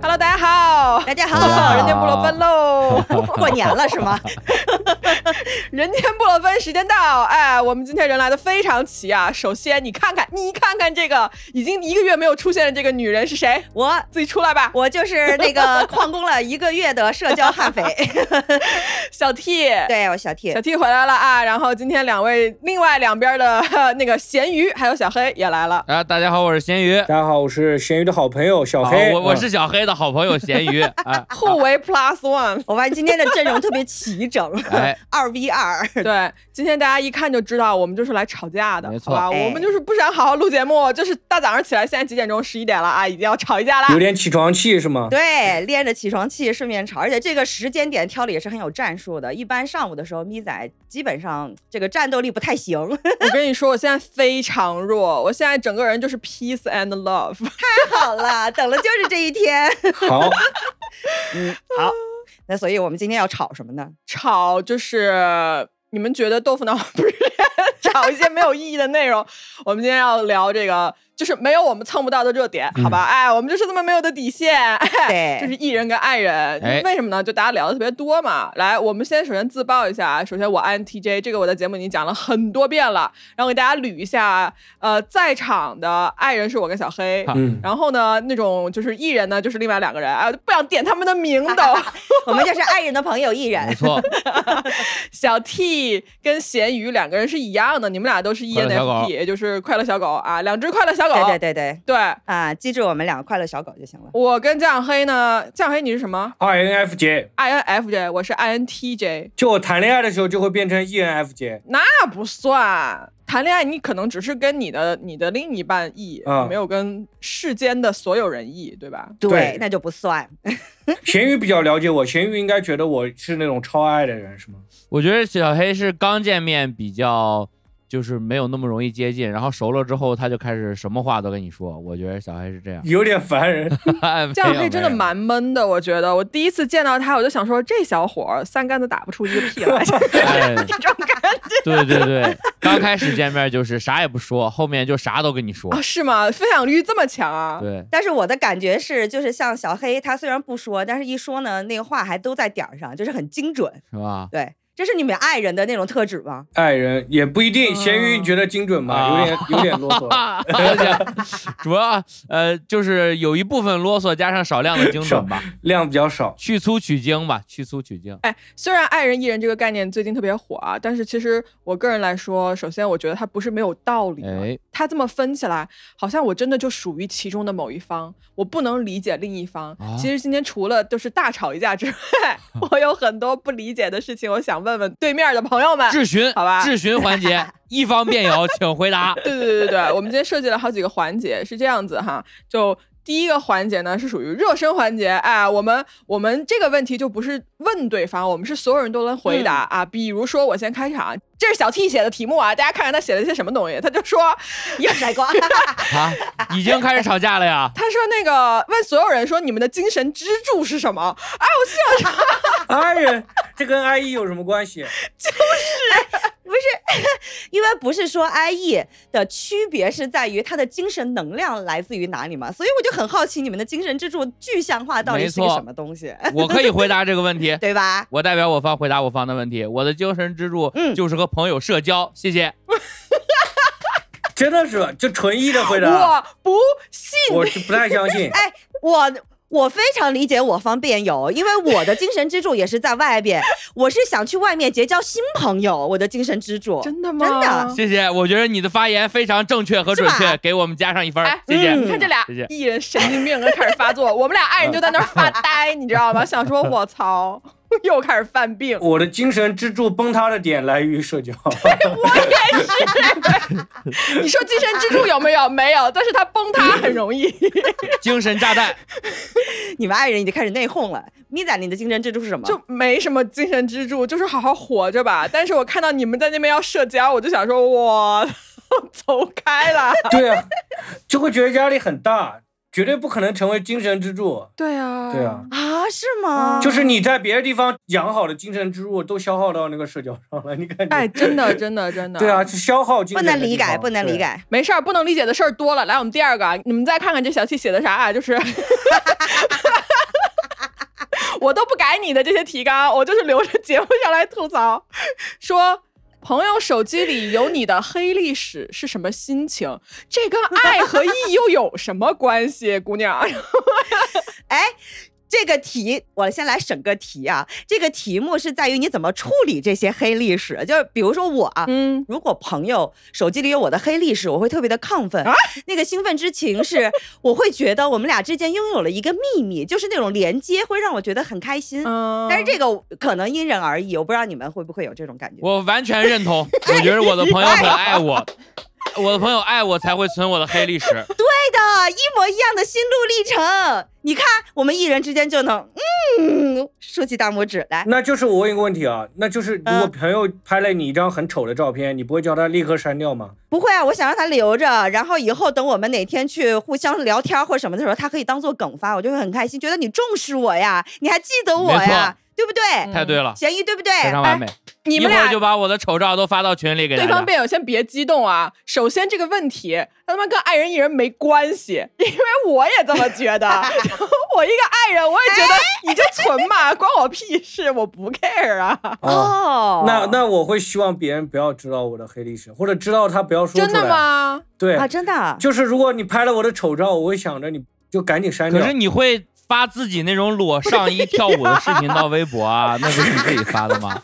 Hello，大家好，大家大家好好，人间布洛芬喽，过年了是吗？人间布洛芬时间到，哎，我们今天人来的非常齐啊。首先，你看看，你看看这个已经一个月没有出现的这个女人是谁？我自己出来吧，我就是那个旷工了一个月的社交悍匪，小 T。对我小 T 小 T 回来了啊，然后今天两位另外两边的呵那个咸鱼还有小黑也来了，啊，大家好，我是咸鱼。大家好，我是咸鱼的好朋友小好，黑。我我嗯是小黑的好朋友咸鱼。啊，互为 Plus One。我发现今天的阵容特别齐整哎，二 v 二，对，今天大家一看就知道我们就是来吵架的，没错好吧？哎我们就是不想好好录节目，就是大早上起来，现在几点钟？十一点了啊，已经要吵一架啦有。点起床气是吗？对，练着起床气，顺便吵，而且这个时间点挑的也是很有战术的。一般上午的时候，咪仔基本上这个战斗力不太行， 我跟你说，我现在非常弱，我现在整个人就是 peace and love。太好了，等了就是这一天。 好，嗯，好，那所以我们今天要吵什么呢？吵就是你们觉得豆腐脑 不是吵一些没有意义的内容，我们今天要聊这个。就是没有我们蹭不到的热点，好吧？哎，我们就是这么没有的底线，哎对就是艺人跟爱人，哎为什么呢？就大家聊的特别多嘛。来，我们先首先自曝一下啊，首先我 INTJ 这个我在节目已经讲了很多遍了，然后给大家捋一下，呃，在场的爱人是我跟小黑，嗯，然后呢，那种就是艺人呢，就是另外两个人，哎，我就不想点他们的名 都。我们就是爱人的朋友艺没人，错，小 T 跟咸鱼两个人是一样的，你们俩都是快乐小狗 ENFP，也就是快乐小狗啊，两只快乐小狗。对对对对，对啊，记住我们两个快乐小狗就行了。我跟酱黑呢，酱黑你是什么 INFJ， ？INFJ，我是 INTJ，就我谈恋爱的时候就会变成 ENFJ。那不算。谈恋爱你可能只是跟你的你的另一半异，嗯没有跟世间的所有人异，对吧？嗯对那就不算。咸鱼比较了解我，咸鱼应该觉得我是那种超爱的人是吗？我觉得小黑是刚见面比较，就是没有那么容易接近，然后熟了之后他就开始什么话都跟你说。我觉得小黑是这样。哎有点烦人。 酱没嗯黑有真的没有蛮闷的，我觉得。我第一次见到他，我就想说，这小伙儿三竿子打不出一个屁来。哎， 对对对，刚开始见面就是啥也不说，后面就啥都跟你说 啊，。是吗？分享欲这么强啊？对， 但是我的感觉是，就是像小黑，他虽然不说，但是一说呢，那个话还都在点儿上，就是很精准。是吧？ 对，这是你们爱人的那种特质吗？ 爱人也不一定，嗯咸鱼觉得精准吗？啊有点有点啰嗦，啊，而且主要呃，就是有一部分啰嗦，加上少量 的精准吧，量比较少。去粗取精吧，去粗取精。哎，虽然“爱人艺人”这个概念最近特别火啊，但是其实我个人来说，首先我觉得它不是没有道理的。哎它这么分起来，好像我真的就属于其中的某一方，我不能理解另一方。啊其实今天除了就是大吵一架之外， 我有很多不理解的事情，我想问问对面的朋友们。 质询，好吧质询 环节，一方辩友，请回答。对对对对对，我们今天设计了好几个环节，是这样子哈，就。第一个环节呢是属于热身环节，哎，我们我们这个问题就不是问对方，我们是所有人都能回答、嗯啊。比如说我先开场，这是小 T 写的题目啊，大家看看他写了些什么东西。他就说，又甩锅，啊，已经开始吵架 了呀？他说那个问所有人说你们的精神支柱是什么？哎，我心想爱人，这跟 IE 有什么关系？ 因为不是说 IE 的区别是在于他的精神能量来自于哪里嘛，所以我就很好奇你们的精神支柱具象化到底是没个错什么东西，，我可以回答这个问题对吧？我代表我方回答我方的问题。我的精神支柱嗯就是和朋友社交，谢谢。真的是就纯一的回答，我不信，我是不太相 信。我我非常理解我方辩友，因为我的精神支柱也是在外边，我是想去外面结交新朋友，我的精神支哦柱。真的吗？真的谢谢，我觉得你的发言非常正确和准是吧确，给我们加上一分儿哎，谢谢。嗯你看这俩谢谢艺人神经病都开始发作，我们俩爱人就在那儿发 呆，你知道吗？想说我操， 又开始犯病。我的精神支柱崩塌的点来源于社交。 你说精神支柱有没有？没有，但是他崩塌很容易。精神 炸弹，你们爱人已经开始内讧了。咪仔，你的精神支柱是什么？就没什么精神支柱，就是好好活着吧。但是我看到你们在那边要社交，我就想说，我 走开了。对啊，就会觉得压力很大，绝对不可能成为精神支柱。对啊，对啊，啊，是吗？就是你在别的地方养好的精神支柱都消耗到那个社交上了，你感觉？哎，真的，真的，真的。对啊，，是消耗精不神的能地方。理解，不能理对。解。没事 儿，不能理解的事儿多了。来，我们第二个啊，你们再看看这小七写的啥啊？就是你的这些提纲，我就是留着节目上来吐槽，说。朋友手机里有你的黑历史是什么心情？这跟爱和义又有什么关系，姑娘？哎，这个题我先来审个题啊。这个题目是在于你怎么处理这些黑历史，就是比如说我啊。嗯，如果朋友手机里有我的黑历史，我会特别的亢奋，啊那个兴奋之情是，我会觉得我们俩之间拥有了一个秘密，就是那种连接会让我觉得很开心。嗯但是这个可能因人而异，我不知道你们会不会有这种感觉。我完全认同，哎我觉得我的朋友很爱我，我的朋友爱我才会存我的黑历史。对的，一模一样的心路历程。你看，我们艺人之间就能，嗯，竖起大拇指来。那就是我问一个问题啊，那就是如果嗯朋友拍了你一张很丑的照片，你不会叫他立刻删掉吗？不会啊，我想让他留着，然后以后等我们哪天去互相聊天或什么的时候，他可以当做梗发，我就会很开心，觉得你重视我呀，你还记得我呀，对不对？嗯哎太对了，咸鱼对不对？啊非常完美。你一们会俩儿就把我的丑照都发到群里给大对家方。辩友先别激动啊。首先，这个问题他妈跟爱人艺人没关系， 因为我也这么觉得。 然后我一个爱人，我也觉得你就存吧， 关我屁事，我不 care 啊。啊，哦，那那我会希望别人不要知道我的黑历史，或者知道他不要说出来。 真的？吗？对，啊，真的啊，就是如果你拍了我的丑照，我会想着你就赶紧删掉。可是你会发自己那种裸上衣跳舞的视频到微博啊？那不是你自己发的吗？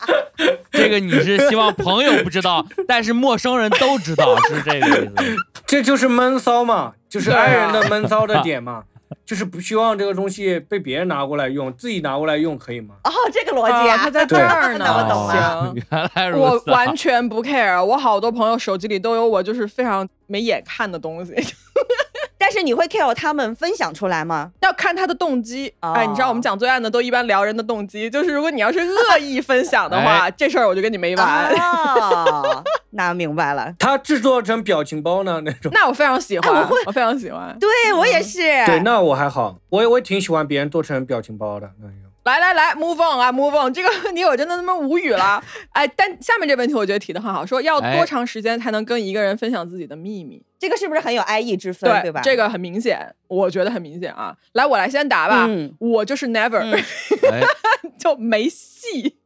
这个你是希望朋友不知道，但是陌生人都知道，是这个意思。这就是闷骚嘛，就是对啊爱人的闷骚的点嘛，啊 就是不希望这个东西被别人拿过来用，自己拿过来用可以吗？哦，这个逻啊辑啊，他在这儿呢 那我懂了。哦原来如我 此啊、完全不 care，我好多朋友手机里都有我就是非常没眼看的东西， 但是你会 care 他们分享出来吗？要看他的动机。哦哎，你知道我们讲罪案的都一般聊人的动机，就是如果你要是恶意分享的 话，这事儿我就跟你没完。哦， 那明白了。他制作成表情包呢那 种。那我非常喜欢，哎我会非常喜欢。对我也是，对，那我还好，我也我也挺喜欢别人做成表情包的。那种来来来，move on 啊，move on！这个问题我真的他妈无语了。 哎，但下面这问题我觉得提的很好，说要哎多长时间才能跟一个人分享自己的秘密？这个是不是很有爱意之分，对吧？这个很明显，我觉得很明显啊。来，我来先答吧。嗯我就是 never，、嗯哎 就没戏。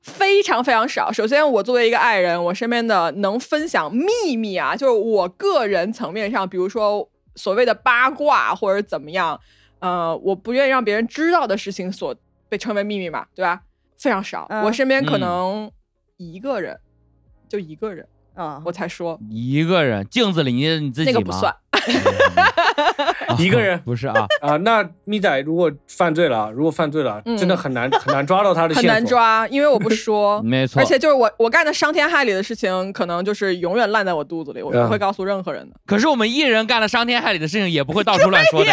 非常非常少。首先，我作为一个爱人，我身边的能分享秘密啊，就是我个人层面上，比如说所谓的八卦或者怎么样，呃，我不愿意让别人知道的事情，所被称为秘密嘛，对吧？非常少。嗯我身边可能一个人，就一个人，嗯， 我才说一个人镜子里你你自己那吗？个不算。啊一个人不是 啊，。啊、那咪仔如果犯罪了，如果犯罪了，嗯真的很难很难抓 到他的线很索。难抓，因为我不说没错。而且就是我我干的伤天害理的事情，可能就是永远烂在我肚子里，我不嗯会告诉任何人的。可是我们艺人干了伤天害理的事情，也不会到处乱 说的，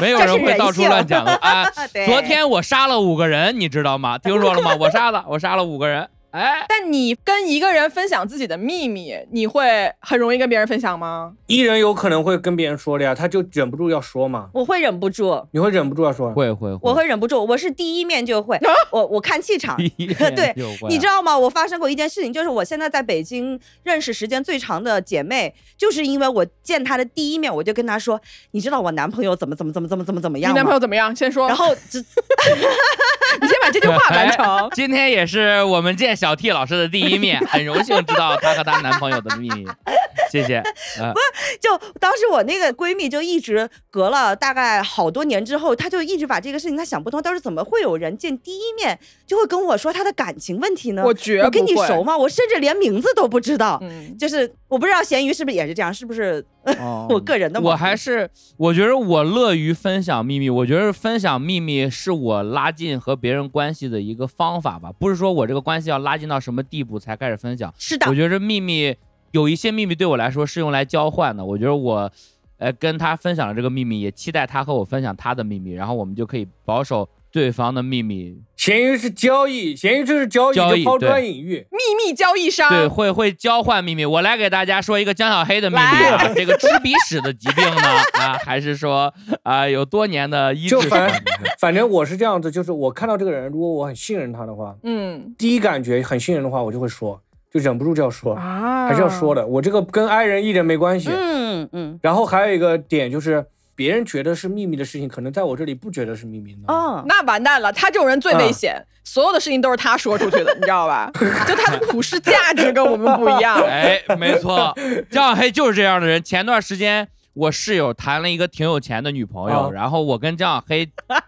没有这人是会人到处性乱讲的 啊。对昨天我杀了五个人，你知道吗？听说了吗？我杀的，我杀了五个人。哎，但你跟一个人分享自己的秘密，你会很容易跟别人分享吗？艺人有可能会跟别人说的呀，他就忍不住要说嘛，嗯我会忍不住，你会忍不住要说。会会我会忍不住，我是第一面就会，啊我我看气 场。对，你知道。道吗？我发生过一件事情，就是我现在在北京认识时间最长的姐妹，就是因为我见她的第一面，我就跟她说，你知道我男朋友怎么怎么怎么怎么怎么怎么你样男朋吗？友怎么样？先说，然后只你先把这句话完 成 今天也是我们见小 T 老师的第一面，很荣幸知道她和她男朋友的秘密，谢谢。呃就当时我那个闺蜜就一直隔了大概好多年之后，她就一直把这个事情她想不通，当时怎么会有人见第一面就会跟我说她的感情问题呢？我绝我不跟你会熟。吗？我甚至连名字都不知道。嗯，就是我不知道咸鱼是不是也是这样，是不是哦 我个人的毛病？我还是我觉得我乐于分享秘密，我觉得分享秘密是我拉近和别人关系的一个方法吧，不是说我这个关系要拉近到什么地步才开始分享。是的我，觉得秘密有一些秘密对我来说是用来交换的，我觉得我。呃，跟他分享了这个秘密，也期待他和我分享他的秘密，然后我们就可以保守对方的秘密，咸鱼是交易，咸鱼这是交易，交易就抛砖引玉。秘密交易商，对，会会交换秘密。我来给大家说一个江小黑的秘密啊，这个吃鼻屎的疾病呢，啊，还是说啊有多年的医治就手反段？反正我是这样子，就是我看到这个人，如果我很信任他的话，嗯第一感觉很信任的话，我就会说，就忍不住就要说，啊还是要说。的。我这个跟 i 人 e 人没关系。嗯嗯，然后还有一个点就是，别人觉得是秘密的事情，可能在我这里不觉得是秘密呢。嗯，那完蛋了，他这种人最危险，所有的事情都是他说出去的，你 知道吧？就他的普世价值跟我们不一样。 哎，没错，张小黑就是这样的人。前段时间我室友谈了一个挺有钱的女朋友，啊然后我跟张小黑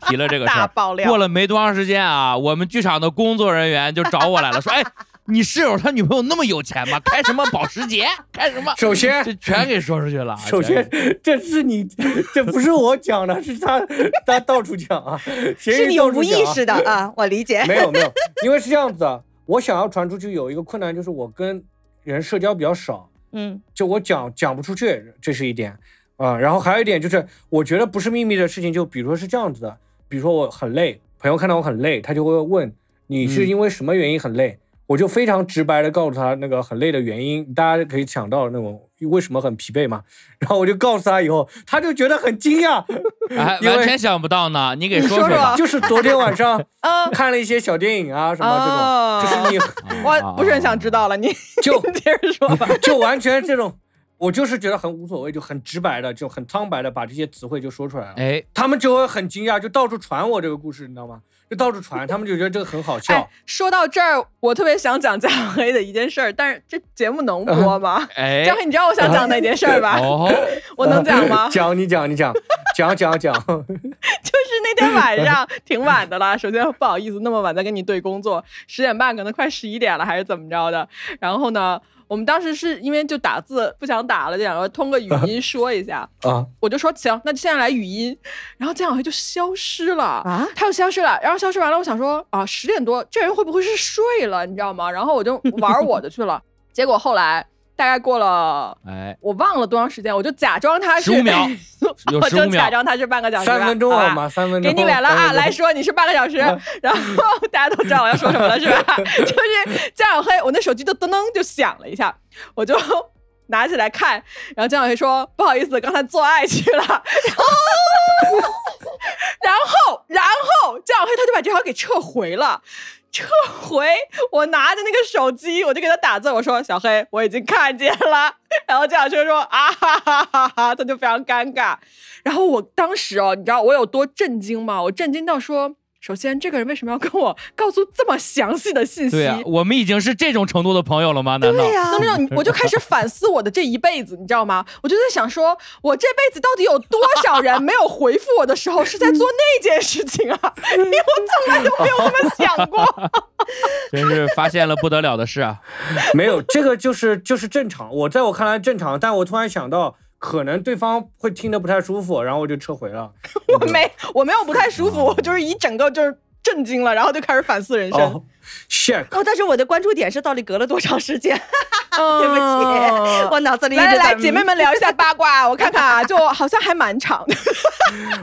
提了这个事大儿。爆料过。了没多长时间啊，我们剧场的工作人员就找我来了，说：“哎，你室友他女朋友那么有钱吗？开什么保时捷？开什么？首先，这全 给说出去了。啊首全先给，这是你， 这不是我讲的，是他他到处讲 啊，是谁你到有处无讲意啊 识的啊，我理解。没有没有，因为是这样子啊，我想要传出去有一个困难，就是我跟人社交比较少， 嗯就我讲讲不出去，这是一点啊、然后还有一点就是，我觉得不是秘密的事情，就比如说是这样子的，比如说我很累，朋友看到我很累，他就会问你是因为什么原因很累，我就非常直白的告诉他那个很累的原因，大家可以想到那种为什么很疲惫嘛，然后我就告诉他以后，他就觉得很惊讶，哎，因为完全想不到呢，你给你说说吧。就是昨天晚上嗯，看了一些小电影啊什么这种，就是你。 啊我不是很想知道了，你就接着 说吧。就完全这种，我就是觉得很无所谓，就很直白的，就很苍白的把这些词汇就说出来了。哎，他们就会很惊讶，就到处传我这个故事，你知道吗？就到处传，他们就觉得这个很好嗯笑？哎。，说到这儿，我特别想讲加小黑的一件事儿，但是这节目能播吗？哎加小黑，你知道我想讲哪件事儿吧？ 哦，嗯我能讲吗呃讲你讲你讲讲讲讲，就是那天晚上 挺晚的了，首先不好意思那么晚再跟你对工作，十点半可能快十一点了还是怎么着的。然后呢，我们当时是因为就打字不想打了，就想说通个语音说一下。啊，我就说行，那现在来语音，然后姜小黑就消失了啊他又消失了，然后消失完了，我想说啊，十点多这人会不会是睡了，你知道吗？然后我就玩我的去了，结果后来大概过了。哎，我忘了多长时间，我就假装他是 15秒有我就15秒假装他是半个小时吧，三分钟好吧好吗？三分钟，给你脸了啊！三分钟嗯来说你是半个小时，然后大家都知道我要说什么了，是 吧？就是江小黑，我那手机就噔噔就响了一下，我就 拿起来看，然后江小黑说：“不好意思，刚才做爱去了。”然后，然后江小黑他就把这条给撤回了。撤回，我拿着那个手机，我就给他打字，我说：“小黑，我已经看见了。” 然后江小黑说：“啊哈哈哈哈！”他就非常尴尬。然后我当时哦，你知道我有多震惊吗？我震惊到说，首先这个人为什么要跟我告诉这么详细的信息？对啊，我们已经是这种程度的朋友了吗？难道对？呀、能不能？我就开始反思我的这一辈子，你知道吗？我就在想说，我这辈子到底有多少人没有回复我的时候是在做那件事情啊？ 因为我从来都没有这么想过。 真是发现了不得了的事啊！没有，这个就是就是正常。我在我看来正常，但我突然想到，可能对方会听得不太舒服，然后我就撤回了。我 没，我没有不太舒服，我就是一整个就是震惊了，然后就开始反思人生。哦，shit，哦，但是我的关注点是到底隔了多长时间？嗯对不 起，我脑子里一直哦来来在来，姐妹，们聊一下八卦，我看看啊，就好像还蛮长的。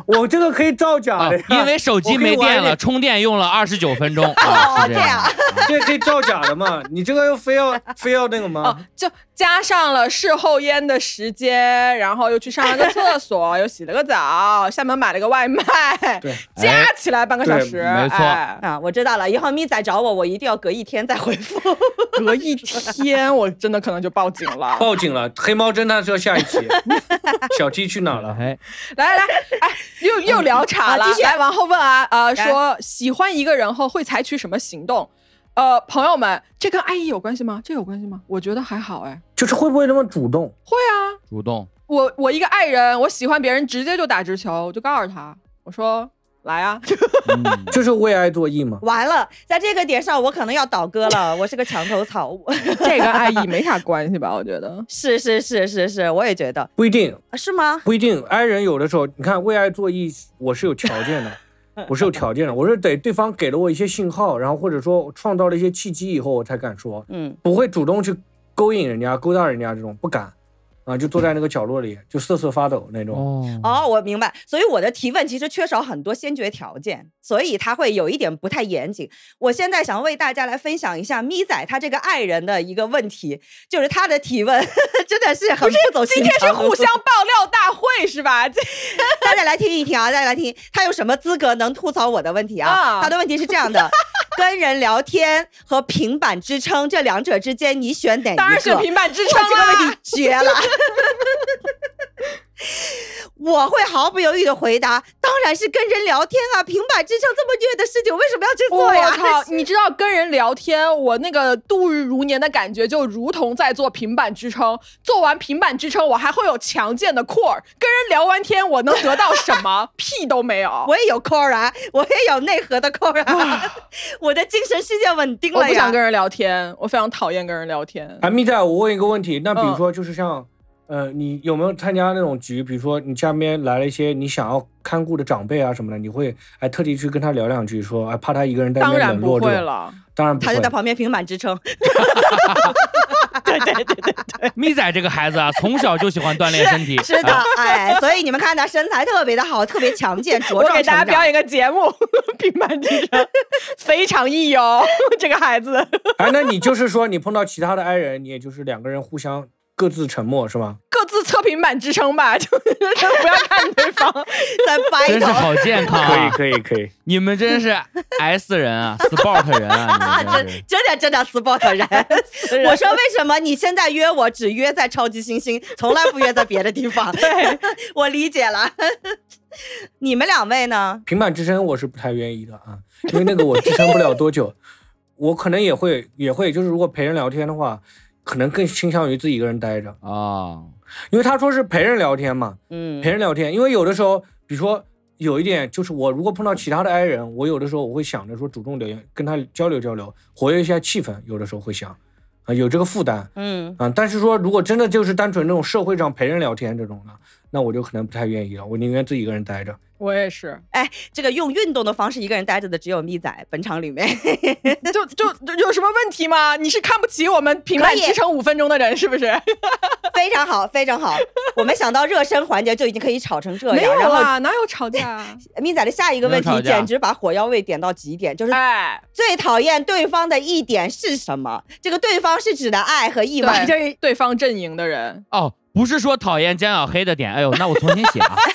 我这个可以造假啊的呀，因为手机我可以没玩电那了，充电用了二十九分钟。啊是这样的。这可以造假的嘛？你这个又非要非要那个哦吗？，就加上了事后烟的时间，然后又去上了个厕所，又洗了个澡，厦门买了个外卖，对，加起来半个小时，对没错哎 啊，我知道了，以后咪仔找我，我一定要隔一天再回复。 隔一天我真的可能就报警了。 报警了，《黑猫侦探社》下一期，小 T 去哪了？哎，来来，哎，又又聊岔了，好继续来往后问啊，呃，来说喜欢一个人后会采取什么行动？呃，朋友们，这跟爱意有关系吗？这有关系吗？我觉得还好，哎，就是会不会那么主动？会啊，主动我我一个爱人，我喜欢别人，直接就打直球，我就告诉他，我说来啊， 嗯就是为爱作义嘛。完了，在这个点上，我可能要倒戈了，我是个墙头草。我，这跟爱意没啥关系吧？我觉得是是是是是，我也觉得不一定，啊是吗？不一定。爱人有的时候，你看为爱作义，我是有条件的，我是有条件的，我是得对方给了我一些信号，然后或者说创造了一些契机以后，我才敢说，嗯，不会主动去勾引人家、勾搭人家这种，不敢。啊，就坐在那个角落里，就瑟瑟发抖那种。哦，哦，我明白。所以我的提问其实缺少很多先决条件，所以他会有一点不太严谨。我现在想为大家来分享一下咪仔他这个爱人的一个问题，就是他的提问 真的是很不走今心天肠。是互相爆料大会是吧？这大家来听一听啊，大家来听，他有什么资格能吐槽我的问题啊？啊他的问题是这 样的：跟人聊天和平板支撑这两者之间，你选哎哪一啊个？当然选平板支撑哇这个啦。问题绝了！我会毫不犹豫的回答，当然是跟人聊天啊！平板之上这么虐的事情，为什么要去做我呀？ 操！你知道跟人聊天，我那个度日如年的感觉，就如同在做平板支撑。做完平板支撑，我还会有强健的 core。跟人聊完天，我能得到什 么？屁都没有。 我也有扣儿啊，我也有内核的扣儿啊， 我的精神世界稳定我了呀。不想跟人聊天，我非常讨厌跟人聊天。哎，蜜仔，我问一个问题，那比如嗯说就是像，呃，你有没有参加那种局？比如说你家里面来了一些你想要看顾的长辈啊什么的，你会哎特地去跟他聊两句，说哎怕他一个人在那当边然冷不落会这种。了，当然不他就会在。旁边平板支撑，咪仔这个孩子啊，从小就喜欢锻炼身体。 是的啊，哎，所以你们看他身材特别的好，特别强健，茁我壮给大家成表长。演个节目， 平板支撑非常易哦， 这个孩子。哎，那你就是说你碰到其他的爱人，你也就是两个人互相各自沉默是吗？各自测评板支撑吧， 就是不要看对方。在真是 battle，好健康、啊。可以可以。你们真是 S 人啊，sport 人啊，你们真是真的真的 sport 人。 我说为什么你现在约我只约在超级星星，从来不约在别的地 方？对，我理解了。 你们两位呢？平板支撑我是不太愿意的啊，因为那个我支撑不了多久，我可能也会也会就是如果陪人聊天的话，可能更倾向于自己一个人待着，哦，因为他说是陪人聊天嘛，嗯陪人聊天，因为有的时候，比如说有一点就是我如果碰到其他的 i 人，我有的时候我会想着说主动聊，跟他交流交流，活跃一下气氛，有的时候会想啊、有这个负担嗯，啊、但是说如果真的就是单纯那种社会上陪人聊天这种的，那我就可能不太愿意了，我宁愿自己一个人待着。我也是，这个用运动的方式一个人待着的只有咪仔，本场里面。 就就就有什么问题吗？你是看不起我们平板支撑五分钟的人是不是？非常好，非常好。我没想到热身环节就已经可以吵成这样。没有啊然后啦，哪有吵架啊？咪仔的下一个问没有题吵架简直把火药味点到极点，就 是哎，最讨厌对方的一点是什么？这个对方是指的爱和意外，就是对方阵营的人，哦，不是说讨厌江小黑的点，哎呦，那我重新写啊。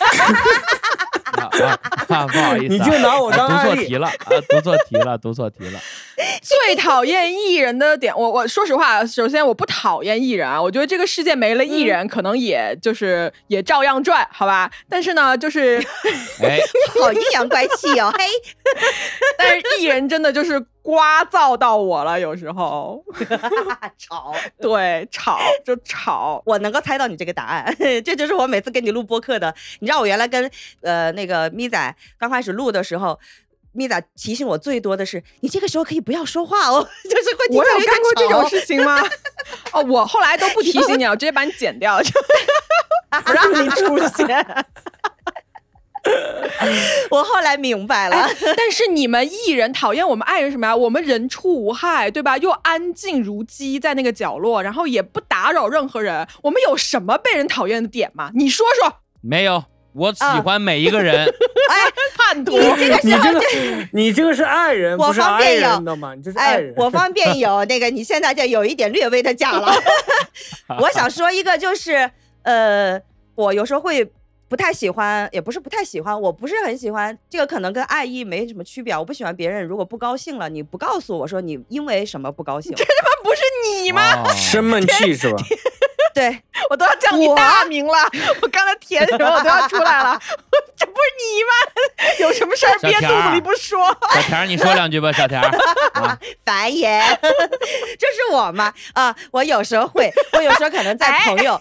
啊啊啊！不好意思、啊，你就拿我当啊读案错例 题了啊！读错题了，读错题了。最讨厌艺人的点。 我我说实话，首先我不讨厌艺人啊，我觉得这个世界没了艺人，可能也就是也照样赚，好吧？但是呢，就是 哎，好阴阳怪气哦，嘿，但是艺人真的就是刮噪到我了，有时候吵。 对吵就吵，我能够猜到你这个答案， 这就是我每次跟你录播客的。你知道我原来跟呃那个咪仔刚开始录的时候，咪仔提醒我最多的是，你这个时候可以不要说话哦， 就是会经我常有有点干过这吵种事情吗？ 哦，我后来都不提醒你了，我直接把你剪掉，就不让你出 啊现。我后来明白了， 但是你们艺人讨厌我们爱人什么呀？我们人畜无害，对吧？又安静如鸡，在那个角落，然后也不打扰任何人。我们有什么被人讨厌的点吗？你说说，没有，我喜欢每一个人。啊叛徒你。这个你时这候个，你这个是爱人，我不是方爱便有人，你知道吗？你这是爱哎人，。我方 便有那个，你现在就有一点略微的假了。我想说一个，就是呃，我有时候会不太喜欢，也不是不太喜欢，我不是很喜欢这个，可能跟爱意没什么区别啊。我不喜欢别人如果不高兴了，你不告诉我说你因为什么不 高兴，不是你吗？哦生闷 气是吧？对， 我都要叫你大名了，我刚才填什么我都要出来 了，这不是你吗？ 有什么事儿小憋肚田啊子儿里不说？ 小田儿，你说两句吧，小田 儿。啊，烦 人，这是我吗？啊，我有时候会，我有时候可能哎在朋友，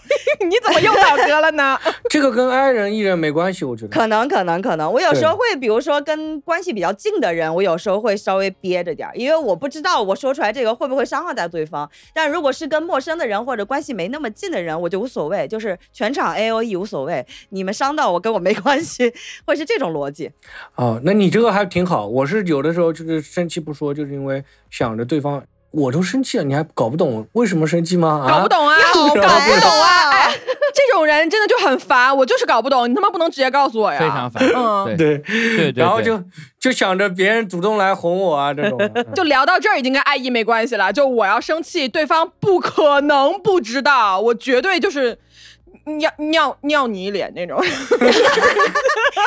你怎么又倒戈了呢？这个跟爱人、艺人没关系，我觉得。可能，可能，可能，我有时候对会，比如说跟关系比较近的人，我有时候会稍微憋着点儿，因为我不知道我说出来这个会不会伤害到对方。但如果是跟陌生的人或者关系没那么近的人，我就无所谓，就是全场 A O E 无所谓，你们伤到我跟我没关系，会是这种逻辑。哦，那你这个还挺好。我是有的时候就是生气不说，就是因为想着对方，我都生气了，你还搞不懂为什么生气吗？啊、搞不。懂啊，好搞不烦懂啊！啊哎，这种人真的就很烦，我就是搞不懂，你他妈不能直接告诉我呀！非常烦。嗯，对对对对对。哎然后就就想着别人主动来哄我啊，这种的。嗯 就聊到这儿已经跟爱意没关系了，就我要生气，对方不可能不知道，我绝对就是 尿尿尿你一脸那种。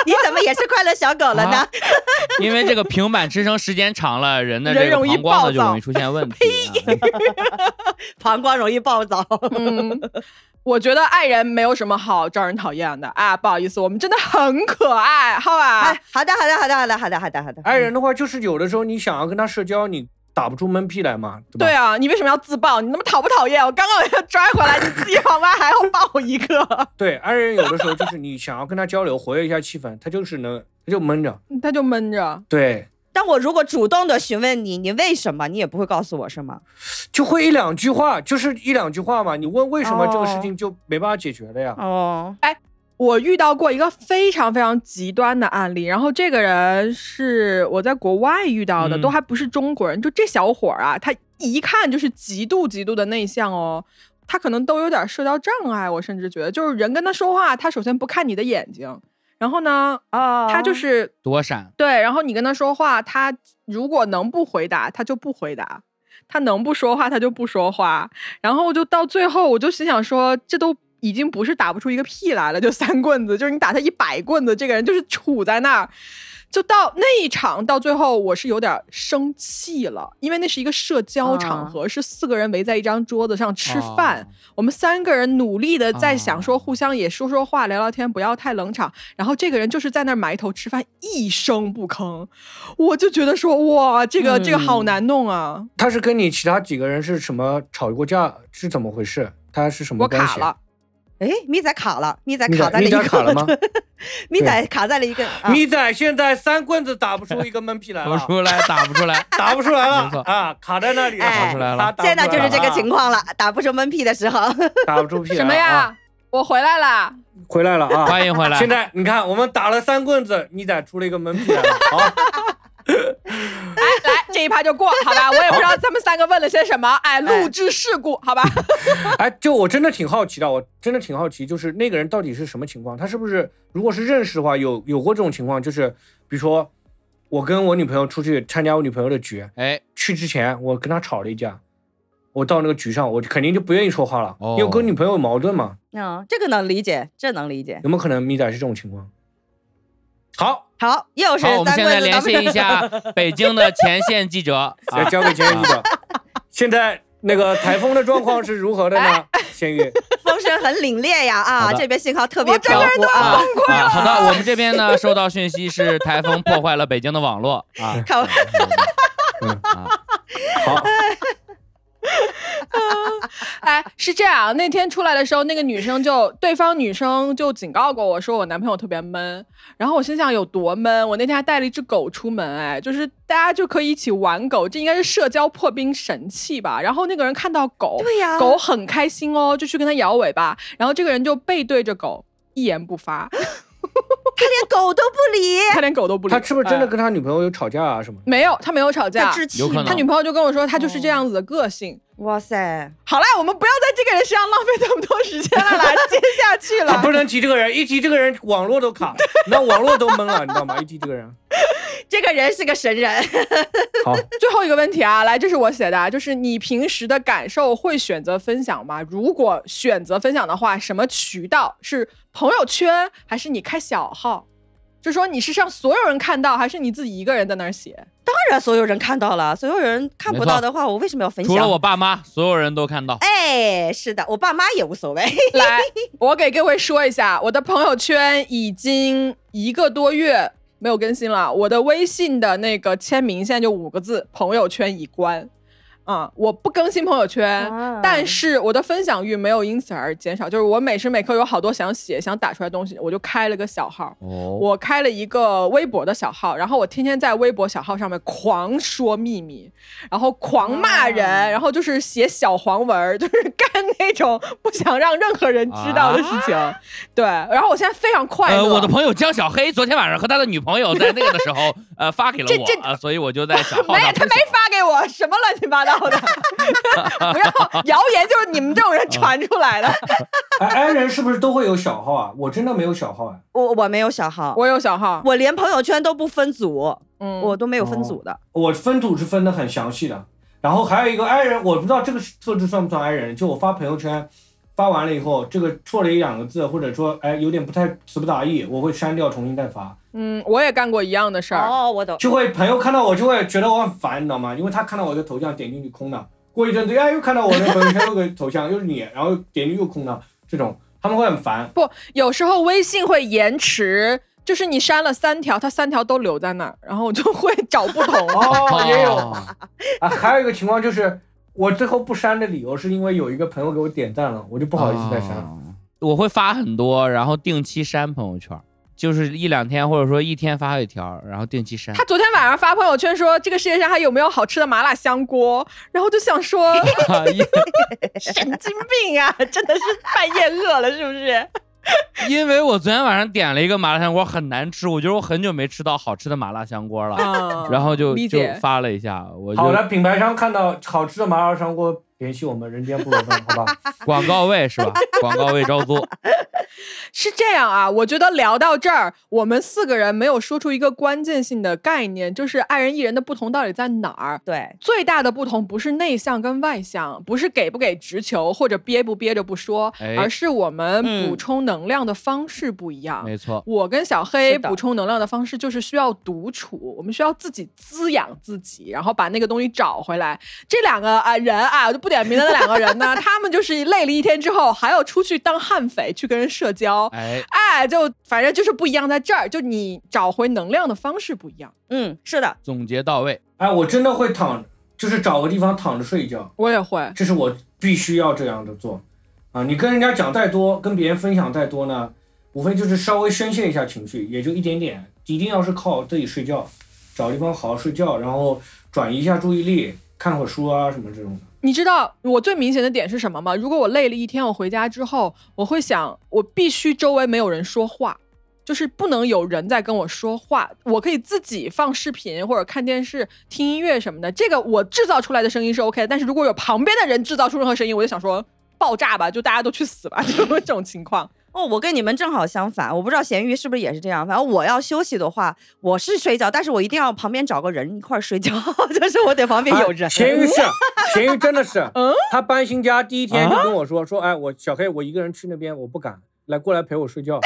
你怎么也是快乐小狗了呢？啊因为这个平板支撑时间长了，人的人这个容易膀胱呢就暴躁容易出现问题啊。膀胱容易暴躁。嗯，我觉得爱人没有什么好招人讨厌的啊，不好意思，我们真的很可爱，好吧？哎，好的，好的，好的，好的，好的，好的，好的。爱人的话，就是有的时候你想要跟他社交，你打不出闷屁来嘛，对吧？对啊，你为什么要自爆？你他妈讨不讨厌？我刚刚要拽回来，你自己往外还要爆一 个，对，爱人有的时候就是你想要跟他交流，活跃一下气氛，他就是能，他就闷着。他就闷着。对，但我如果主动的询问你，你为什么，你也不会告诉我是吗？就会一两句话，就是一两句话嘛。你问为什么哦这个事情就没办法解决了呀？哦，我遇到过一个非常非常极端的案例，然后这个人是我在国外遇到的，嗯都还不是中国人。就这小伙儿啊，他一看就是极度极度的内向哦，他可能都有点社交障碍。我甚至觉得，就是人跟他说话，他首先不看你的眼睛，然后呢，哦，他就是躲闪，对，然后你跟他说话，他如果能不回答，他就不回答；他能不说话，他就不说话。然后就到最后，我就心想说，这都已经不是打不出一个屁来了，就三棍子，就是你打他一百棍子，这个人就是杵在那儿。就到那一场，到最后我是有点生气了，因为那是一个社交场啊合，是四个人围在一张桌子上吃哦饭，我们三个人努力的在想说，啊互相也说说话、聊聊天，不要太冷场。然后这个人就是在那儿埋头吃饭，一声不吭。我就觉得说，哇，这个、这个好嗯难弄啊！他是跟你其他几个人是什么吵过架，是怎么回事？他是什么我关卡系？了，哎，咪仔卡了，咪仔咪卡仔在了咪一仔个，卡了吗？咪仔卡在了 一个， 啊咪仔现在三棍子打不出一个闷屁来 打不了，。出来，打不出来 打不出来没了错啊，卡在那里了，哎打不出来了。现在就是这个情况，况了，打不出闷屁的时 候，打不出屁来了什么啊呀？我回来啦！回来了啊！欢迎回来，现在你看，我们打了三棍子，咪仔出了一个闷屁来 了。啊好，哎， 来这一趴就过，好吧？我也不知道他们三个问了些什么。哎，录制事故，好吧？哎，就我真的挺好奇的，我真的挺好奇，就是那个人到底是什么情况？他是不是如果是认识的话，有有过这种情况？就是比如说，我跟我女朋友出去参加我女朋友的局，哎，去之前我跟她吵了一架，我到那个局上，我肯定就不愿意说话了，哦因为跟女朋友有矛盾嘛。嗯，这个能理解，这能理解。有没有可能咪仔是这种情况？好，好，又是好，我们三现在棍子联打系一下北京的前线记者 啊，来交给监狱的。 现在那个台风的状况是如何的呢？监狱， 风声很凛冽呀好啊，的这边信号特我别整个飘人忽啊啊， 啊，好的，我们这边呢收到讯息是台风破坏了北京的 网络啊。靠，啊好， 哎，是这样，那天出来的时候，那个女生就对方女生就警告过我说我男朋友特别闷，然后我心想有多闷，我那天还带了一只狗出门，哎，就是大家就可以一起玩狗，这应该是社交破冰神器吧。然后那个人看到狗，对呀，狗很开心哦，就去跟它摇尾巴，然后这个人就背对着狗。一言不发，哎他连狗都不理，他连狗都不理。他是不是真的哎跟他女朋友有吵架啊什么的？没有？他没有吵架他，置气啊有可吗能他女朋友就跟我说，他就是这样子的个性。哇塞，好啦，我们不要在这个人身上浪费这么多时间 了啦，接下去了。他不能提这个人，一提这个人网络都卡，那网络都懵了，你知道吗？一提这个人，这个人是个神人，好， 最后一个问题啊，来，这是我写的，啊，就是你平时的感受会选择分享吗？如果选择分享的话，什么渠道？是朋友圈还是你开小号？就说你是让所有人看到，还是你自己一个人在那儿写？当然所有人看到了，所有人看不没错到的话，我为什么要分享？除了我爸妈，所有人都看到。哎，是的，我爸妈也无所谓。 来，我给各位说一下，我的朋友圈已经一个多月没有更新了，我的微信的那个签名现在就五个字：朋友圈已关。啊、我不更新朋友圈，啊但是我的分享欲没有因此而减少，就是我每时每刻有好多想写、想打出来的东西，我就开了个小号。哦，我开了一个微博的小号，然后我天天在微博小号上面狂说秘密，然后狂骂人，啊然后就是写小黄文儿， 就是干那种不想让任何人知道的事情。对，然后我现在非常快乐。啊呃，我的朋友江小黑昨天晚上和他的女朋友在那个的时 候，呃，发给了这这我啊，所以我就在小号没上有，他分没享发给我，什么乱七八糟 的！不要，谣言就是你们这种人传出来 的。哎，i 人是不是都会有小号啊？我真的没有小号啊。我我没有小号，我我有小号，连朋友圈都不分组，嗯，我都没有分组的。我分组是分的很详细的，然后还有一个 i 人，我不知道这个设置算不算 i 人，就我发朋友圈。发完了以后，这个错了一两个字，或者说哎有点不太词不达意，我会删掉，重新再发，嗯，我也干过一样的事儿。哦，我懂。就会朋友看到我就会觉得我很烦，你知道吗？因为他看到我的头像点进去空的，过一阵子哎又看到我的朋友圈又个头像又是你，然后点进去又空的，这种，他们会很烦。不，有时候微信会延迟，就是你删了三条，它三条都留在那儿，然后我就会找不同。哦，也有哦啊，还有一个情况就是，我最后不删的理由是因为有一个朋友给我点赞了，我就不好意思再删了。哦我会发很多，然后定期删朋友圈，就是一两天或者说一天发一条，然后定期删他。昨天晚上发朋友圈说这个世界上还有没有好吃的麻辣香锅，然后就想说啊神经病啊，真的是半夜饿了是不是？因 为我昨天晚上点了一个麻辣香锅，很难吃，我觉得我很久没吃到好吃的麻辣香锅了，啊然后就理就解发了一下，我好就的，品牌商看到好吃的麻辣香锅，联系我们人间不裸奔，好吧？广告位是吧？广告位招租，是这样啊，我觉得聊到这儿，我们四个人没有说出一个关键性的概念，就是爱人艺人的不同到底在哪儿。 对，最大的不同不是内向跟外向，不是给不给直球或者憋不憋着不说，哎而是我们嗯补充能量的方式不一样。没错。我跟小黑是的补充能量的方式就是需要独处，我们需要自己滋养自己，然后把那个东西找回来。这两个啊、人啊，我就不点名的那两个人 呢，他们就是累了一天之后，还要出去当悍匪去跟人社交，哎，哎，就反正就是不一样，在这儿就你找回能量的方式不一样。嗯，是的，总结到位， 哎，我真的会躺，就是找个地方躺着睡一觉，我也会，这是我必须要这样的做。啊，你跟人家讲再多，跟别人分享再多呢，无非就是稍微宣泄一下情绪，也就一点点。一定要是靠自己睡觉，找地方好好睡觉，然后转移一下注意力，看会儿书啊什么这种的。你知道我最明显的点是什么吗？如果我累了一天，我回家之后，我会想，我必须周围没有人说话，就是不能有人在跟我说话。我可以自己放视频或者看电视、听音乐什么的，这个我制造出来的声音是 OK 的。但是如果有旁边的人制造出任何声音，我就想说爆炸吧，就大家都去死吧， 这种这种情况。哦，我跟你们正好相反，我不知道咸鱼是不是也是这样。反正我要休息的话，我是睡觉，但是我一定要旁边找个人一块儿睡觉， 就是我得旁边有人。啊 咸鱼是，咸鱼真的是嗯，他搬新家第一天啊就跟我说说，哎，我小黑，我一个人去那边，我不敢，来过来陪我睡啊 觉，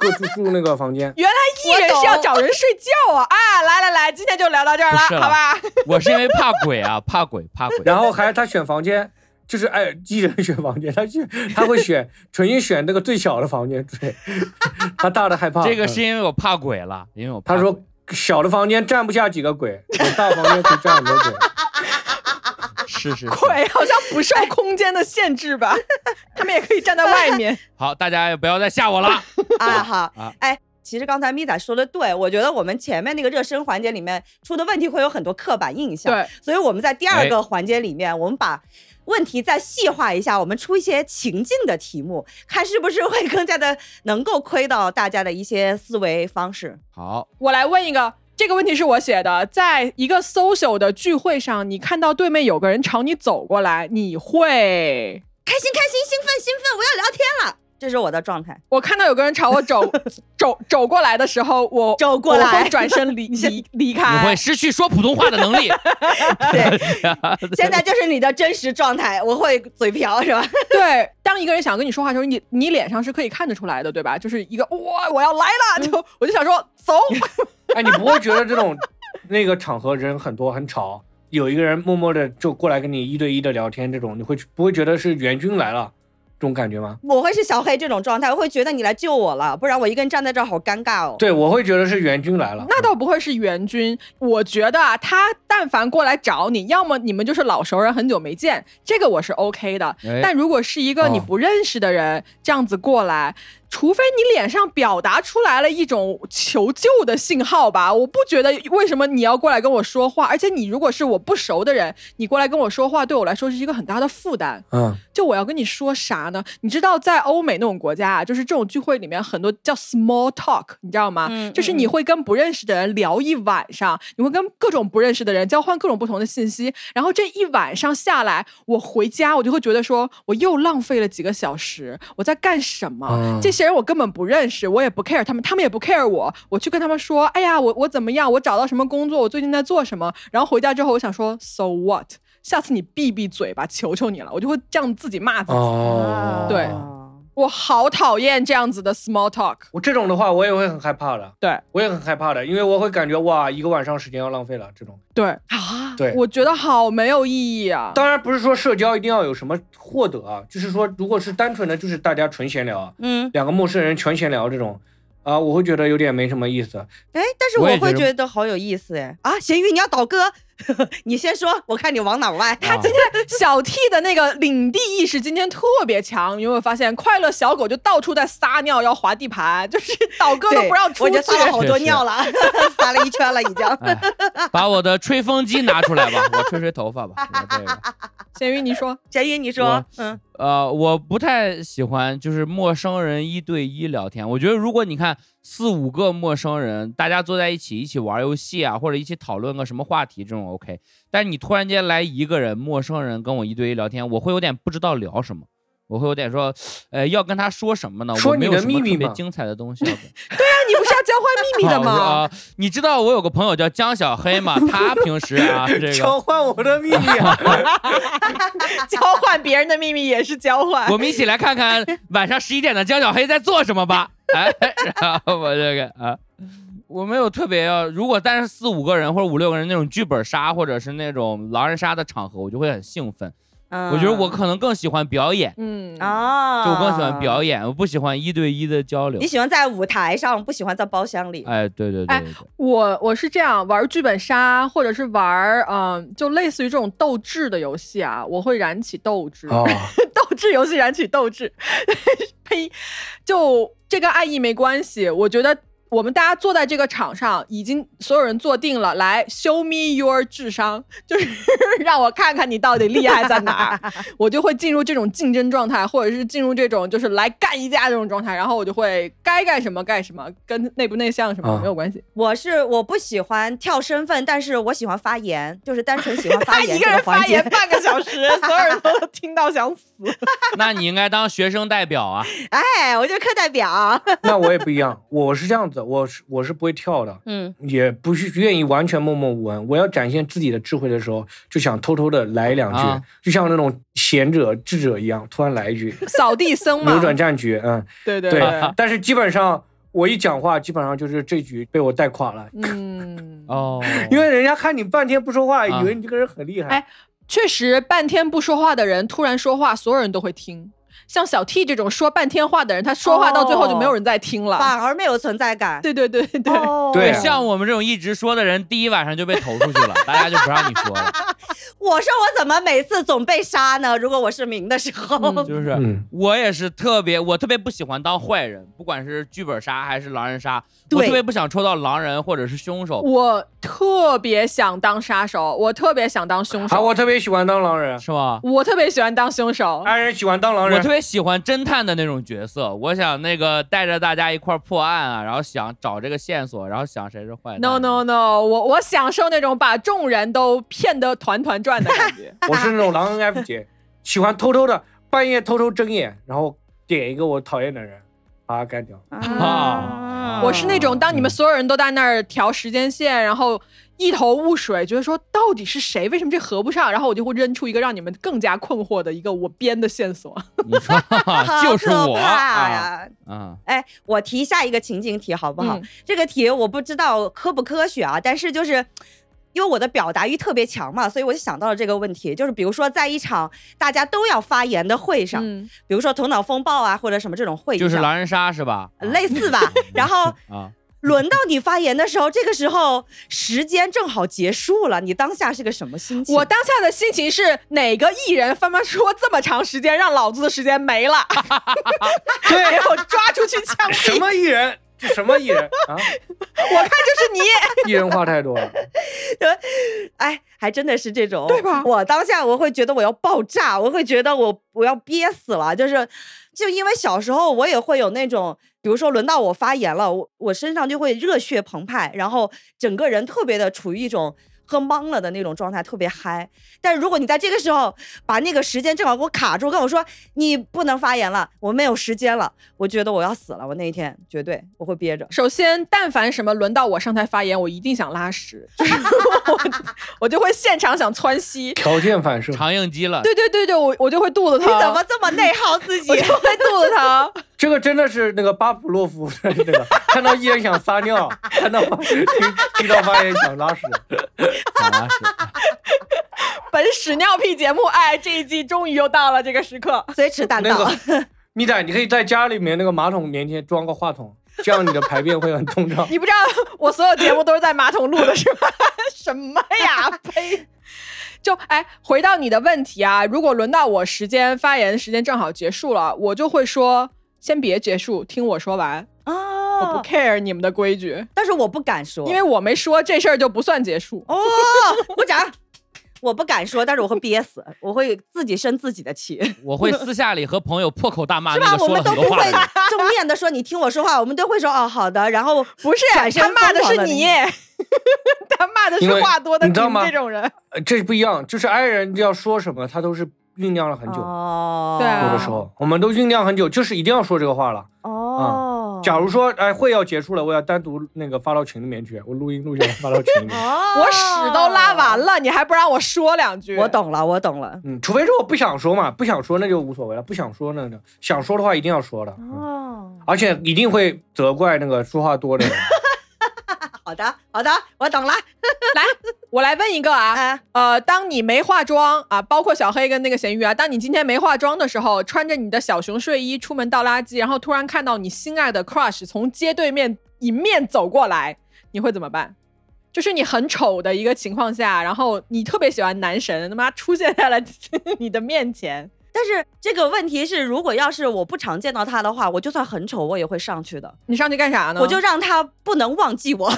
给我住住那个房间。原来艺人我懂是要找人睡觉啊！啊，来来来，今天就聊到这儿了，不是了好吧？我是因为怕鬼啊，怕鬼，怕鬼。然后还他选房间，就是哎，一人选房间，他选他会选，纯心选那个最小的房间睡，他大的害怕。这个是嗯因为我怕鬼了，因为我怕他说鬼小的房间站不下几个鬼，我大房间可以站很多鬼。是是 是鬼好像不受哎空间的限制吧？ 他们也可以站在外 面。好，大家也不要再吓我 了。啊好啊，哎，其实刚才咪仔说的对，我觉得我们前面那个热身环节里面出的问题会有很多刻板印象，对，所以我们在第二个环节里面，我们把问题再细化一下，我们出一些情境的题目，看是不是会更加的能够窥到大家的一些思维方式。好，我来问一个，这个问题是我写的，在一个 social 的聚会上，你看到对面有个人朝你走过来，你会？开心开心，兴奋兴奋，我要聊天了，这是我的 状态。我看到有个人朝我 走走走过来的时候，我走过来我会转身 离离离你会开。失去说普通话的能 力。对，现在就是你的真实状态，我会嘴瓢是吧？对，当一个人想跟你说话的时候，你你脸上是可以看得出来的，对吧？就是一个哇，我要来了，嗯就我就想说 走， 哎，你不会觉得这种那个场合人很多很吵，有一个人默默的就过来跟你一对一的聊天，这种你会不会觉得是援军来了这种感觉吗？我会是小黑这种状态，我会觉得你来救我了，不然我一个人站在这儿好尴尬哦。对，我会觉得是援军来了。那倒不会是援军，我觉得啊，他但凡过来找你，要么你们就是老熟人，很久没见，这个我是 OK 的。哎但如果是一个你哦不认识的人、这样子过来，除非你脸上表达出来了一种求救的信号吧，我不觉得为什么你要过来跟我说话，而且你如果是我不熟的人，你过来跟我说话，对我来说是一个很大的负担。嗯，就我要跟你说啥呢？你知道在欧美那种国家啊，就是这种聚会里面很多叫 small talk，你知道吗？嗯就是你会跟不认识的人聊一晚上，你会跟各种不认识的人交换各种不同的信息，然后这一晚上下来，我回家我就会觉得说我又浪费了几个小时，我在干什么？嗯这些人我根本不认识，我也不 care 他们，他们也不 care 我。我去跟他们说，哎呀，我我怎么样？我找到什么工作？我最近在做什么？然后回家之后，我想说，so what？下次你闭闭嘴吧，求求你了，我就会这样自己骂自己。哦啊对哦我好讨厌这样子的 small talk。我这种的话，我也会很害怕的，对我也很害怕的，因为我会感觉哇，一个晚上时间要浪费了这种。对啊，对我觉得好没有意义啊。当然不是说社交一定要有什么获得啊，就是说如果是单纯的就是大家纯闲聊啊，嗯，两个陌生人全闲聊这种，啊、我会觉得有点没什么意思。哎，但是我我也会觉得觉得好有意思哎啊！咸鱼，你要倒戈， 你先说，我看你往哪儿 歪。他今小 T 的那个领地意识今天特别强，你有没有发现？快乐小狗就到处在撒尿，要划地盘，就是 倒戈都对不让出我去。就撒了好多尿了， 撒了一圈了已经。哎，把我的吹风机拿出来吧，我吹吹头发 吧。我这个，咸鱼，你说咸鱼，你说我，嗯呃，我不太喜欢就是陌生人一对一聊天。我觉得如果你看四五个陌生人，大家坐在一起一起玩游戏啊，或者一起讨论个什么话题，这种 OK。但你突然间来一个人，陌生人跟我一对一聊天，我会有点不知道聊什么。我会有点说，呃，要跟他说什么呢？说我没有你的什么秘密特别吗精彩的东西要跟。那哎你不是要交换秘 密的好我 说吗？啊你知道我有个朋友叫江小黑吗？他平时 啊，这个交换我的秘密、啊， 交换别人的秘密也是交换我。们一起来看看晚上十一点的江小黑在做什么吧。哎，然后我这个啊，我没有特别要，如果但是四五个人或者五六个人那种剧本杀或者是那种狼人杀的场合，我就会很兴奋。嗯，我觉得我可能更喜欢表演，嗯啊，就我更喜欢表演，我不喜欢一对一的交流你。喜欢在舞台上，不喜欢在包厢里。哎，对对对哎对我我是这样玩剧本杀，或者是玩嗯、就类似于这种斗智的游戏啊，我会燃起斗志，哦 斗智游戏燃起斗志。呸，就这跟爱意没关系。我觉得我们大家坐在这个场上，已经所有人坐定了，来 show me your 智商，就是 让我看看你到底厉害在哪 儿。我就会进入这种竞争状态，或者是进入这种就是来干一架这种状态，然后我就会该干什么干什么，跟内不内向什么、啊没有关系。我是我不喜欢跳身份，但是我喜欢发言，就是单纯喜欢发他言 一这个个人环发节言。半个小时，所有人都听到想 死。那你应该当学生代表啊。哎，我就是课代表。那我也不一样，我是这样子，我是我是不会跳的，嗯，也不是愿意完全默默无闻。我要展现自己的智慧的时候，就想偷偷的来两句，啊就像那种贤者智者一样，突然来一句，扫地僧嘛扭，转战局，嗯，对对 对。但是基本上我一讲话，基本上就是这局被我带垮了，嗯，哦，因为人家看你半天不说话，啊以为你这个人很厉害。哎确实，半天不说话的人突然说话，所有人都会听。像小 T 这种说半天话的人，他说话到最后就没有人在听了。反而没有存在感。对对对对，哦对啊像我们这种一直说的人，第一晚上就被投出去了，大家就不让你说了。我说我怎么每次总被杀呢？如果我是明的时候， 嗯就是、 嗯，我也是特别，我特别不喜欢当坏人，不管是剧本杀还是狼人杀，我对特别不想抽到狼人或者是凶手，我特别想当杀手，我特别想当凶啊，手，我特别喜欢当狼人，是吗？我特别喜欢当凶手。安人喜欢当狼我人特。别喜欢侦探的那种角色，我想那个带着大家一块儿破案啊，然后想找这个线索，然后想谁是坏蛋。 No no no，我我享受那种把众人都骗得团团转的感觉。 我是那种狼人 F 姐，喜欢偷偷的半夜偷偷睁眼，然后点一个我讨厌的人，把他干掉。啊我是那种当你们嗯所有人都在那儿调时间线，然后一头雾水，觉得说到底是谁，为什么这合不上，然后我就会扔出一个让你们更加困惑的一个我编的线索。你 说啊就是好可我啊怕啊呀！啊！哎，我提下一个情境题好不好？嗯这个题我不知道科不科学啊，但是就是。因为我的表达欲特别强嘛，所以我就想到了这个问题，就是比如说在一场大家都要发言的会上，嗯，比如说头脑风暴啊，或者什么这种会议上，就是狼人杀是吧？啊类似 吧。然后啊，轮到你发言的时候，这个时候时间正好结束了，你当下是个什么心情？啊我当下的心情是哪个艺人他妈说这么长时间让老子的时间没了， 对，然后抓出去枪什毙，么艺人？这什么艺人 啊？我看就是你。艺人话太多了。哎，还真的是这种，对吧我当下我会觉得我要爆炸，我会觉得我我要憋死了，就是就因为小时候我也会有那种，比如说轮到我发言了，我我身上就会热血澎湃，然后整个人特别的处于一种。喝懵了的那种状态，特别嗨。但是如果你在这个时候把那个时间正好给我卡住，跟我说你不能发言了，我没有时间了，我觉得我要死了，我那一天绝对我会 憋着。首先，但凡什么轮到我上台发言，我一定想拉屎，就是我我就会现场想窜稀。条件反射。肠硬肌了。对对对对，我我就会肚子你疼， 怎么这么内耗自己我？就会肚子疼？这个真的是那个巴甫洛夫的那 个，看到艺人想撒尿，看到听听到发言想拉屎，想拉屎。本屎尿屁节目，哎，这一季终于又到了这个时刻。 随时胆那 道。个米仔，你可以在家里面那个马桶棉前装个话筒，这样你的排便会很通 畅。 你不知道我所有节目都是在马桶录的是吧？ 什么 呀，呸！就哎，回到你的问题啊，如果轮到我时间发言时间正好结束了，我就会说先别结束，听我说完，我不哦， care 你们的规矩，但是我不敢说，因为我没说这事儿就不算结束。哦，鼓掌。我不敢说，但是我会憋死，我会自己生自己的气， 是我会私下里和朋友破口大骂那吧？个我说们了都很不多话会的人。正面的说你听我说话，我们都会说哦好的，然后不是转身他骂的疯是狂地你， 他骂的因是为话多的你知道们吗这种人。呃这不一样，就是 i 人要说什么，他都是酝酿了很久。哦，对有啊的时候，我们都酝酿很久，就是一定要说这个话了。哦，假如说，哎，会要结束了，我要单独那个发到群里面去，我录音录下来发到群里面。哦，我屎都拉完，了，你还不让我说两句？我懂了，我懂了，嗯，除非是我不想说嘛，不想说那就无所谓了，不想说那就想说的话一定要说的，嗯哦，而且一定会责怪那个说话多的人。好的好的，我懂了，我来问一个啊，啊，呃，当你没化妆啊，包括小黑跟那个咸鱼啊，当你今天没化妆的时候，穿着你的小熊睡衣出门倒垃圾，然后突然看到你心爱的 crush 从街对面迎面走过来，你会怎么办？就是你很丑的一个情况下，然后你特别喜欢男神，他妈出现在了你的面前，但是这个问题是，如果要是我不常见到他的话，我就算很丑，我也会上去的。你上去干啥呢？我就让他不能忘记我。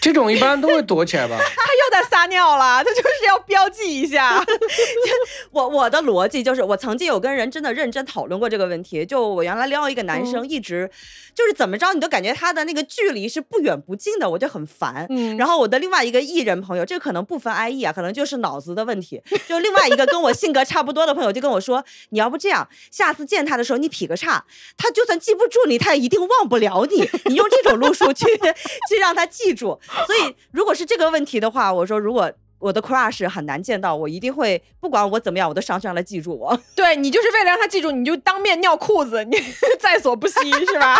这种一般都会躲起 来吧？他又在撒尿了，他 就是要标记一下。我我的逻辑就是，我曾经有跟人真的认真讨论过这个问题。就我原来撩一个男生，一直就是怎么着，你都感觉他的那个距离是不远不近的，我就很烦。嗯然后我的另外一个艺人朋友，这可能不分 I E 啊，可能就是脑子的问题。就另外一个跟我性格差不多的朋友就跟我说，你要不这样，下次见他的时候你劈个叉，他就算记不住你，他也一定忘不了你。你用这种路数去去让他记住。所以如果是这个问题的话，我说如果。我的 crush 很难见到，我一定会不管我怎么样，我都上去让他记住我。 对你就是为了让他记住，你就当面尿裤子，你 在所不惜是吧？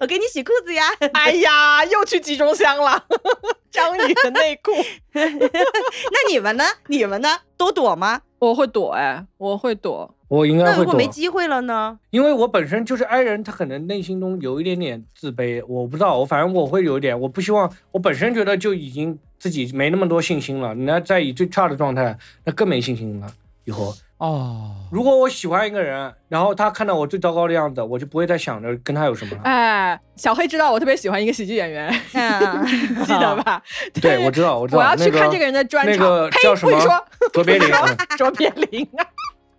我给你洗裤子呀！ 哎呀，又去集中箱了，章鱼的内裤。那你们呢？你们呢？都躲吗？ 我会躲哎，我会躲。我应该那会如果躲没，机会了呢？ 因为我本身就是 i 人，他可能内心中有一点点自卑，我不知道，我反正我会有一点，我不希望，我本身觉得就已经自己没那么多信心了，你要再以最差的状态，那更没信心了。以后，哦，如果我喜欢一个人，然后他看到我最糟糕的样子，我就不会再想着跟他有什么了。哎，小黑知道我特别喜欢一个喜剧演 员，嗯，记得吧？啊对，我知道，我知道。我要去那看这个人的专场。那个呸，叫什不许么说， 卓别林，嗯卓别林啊，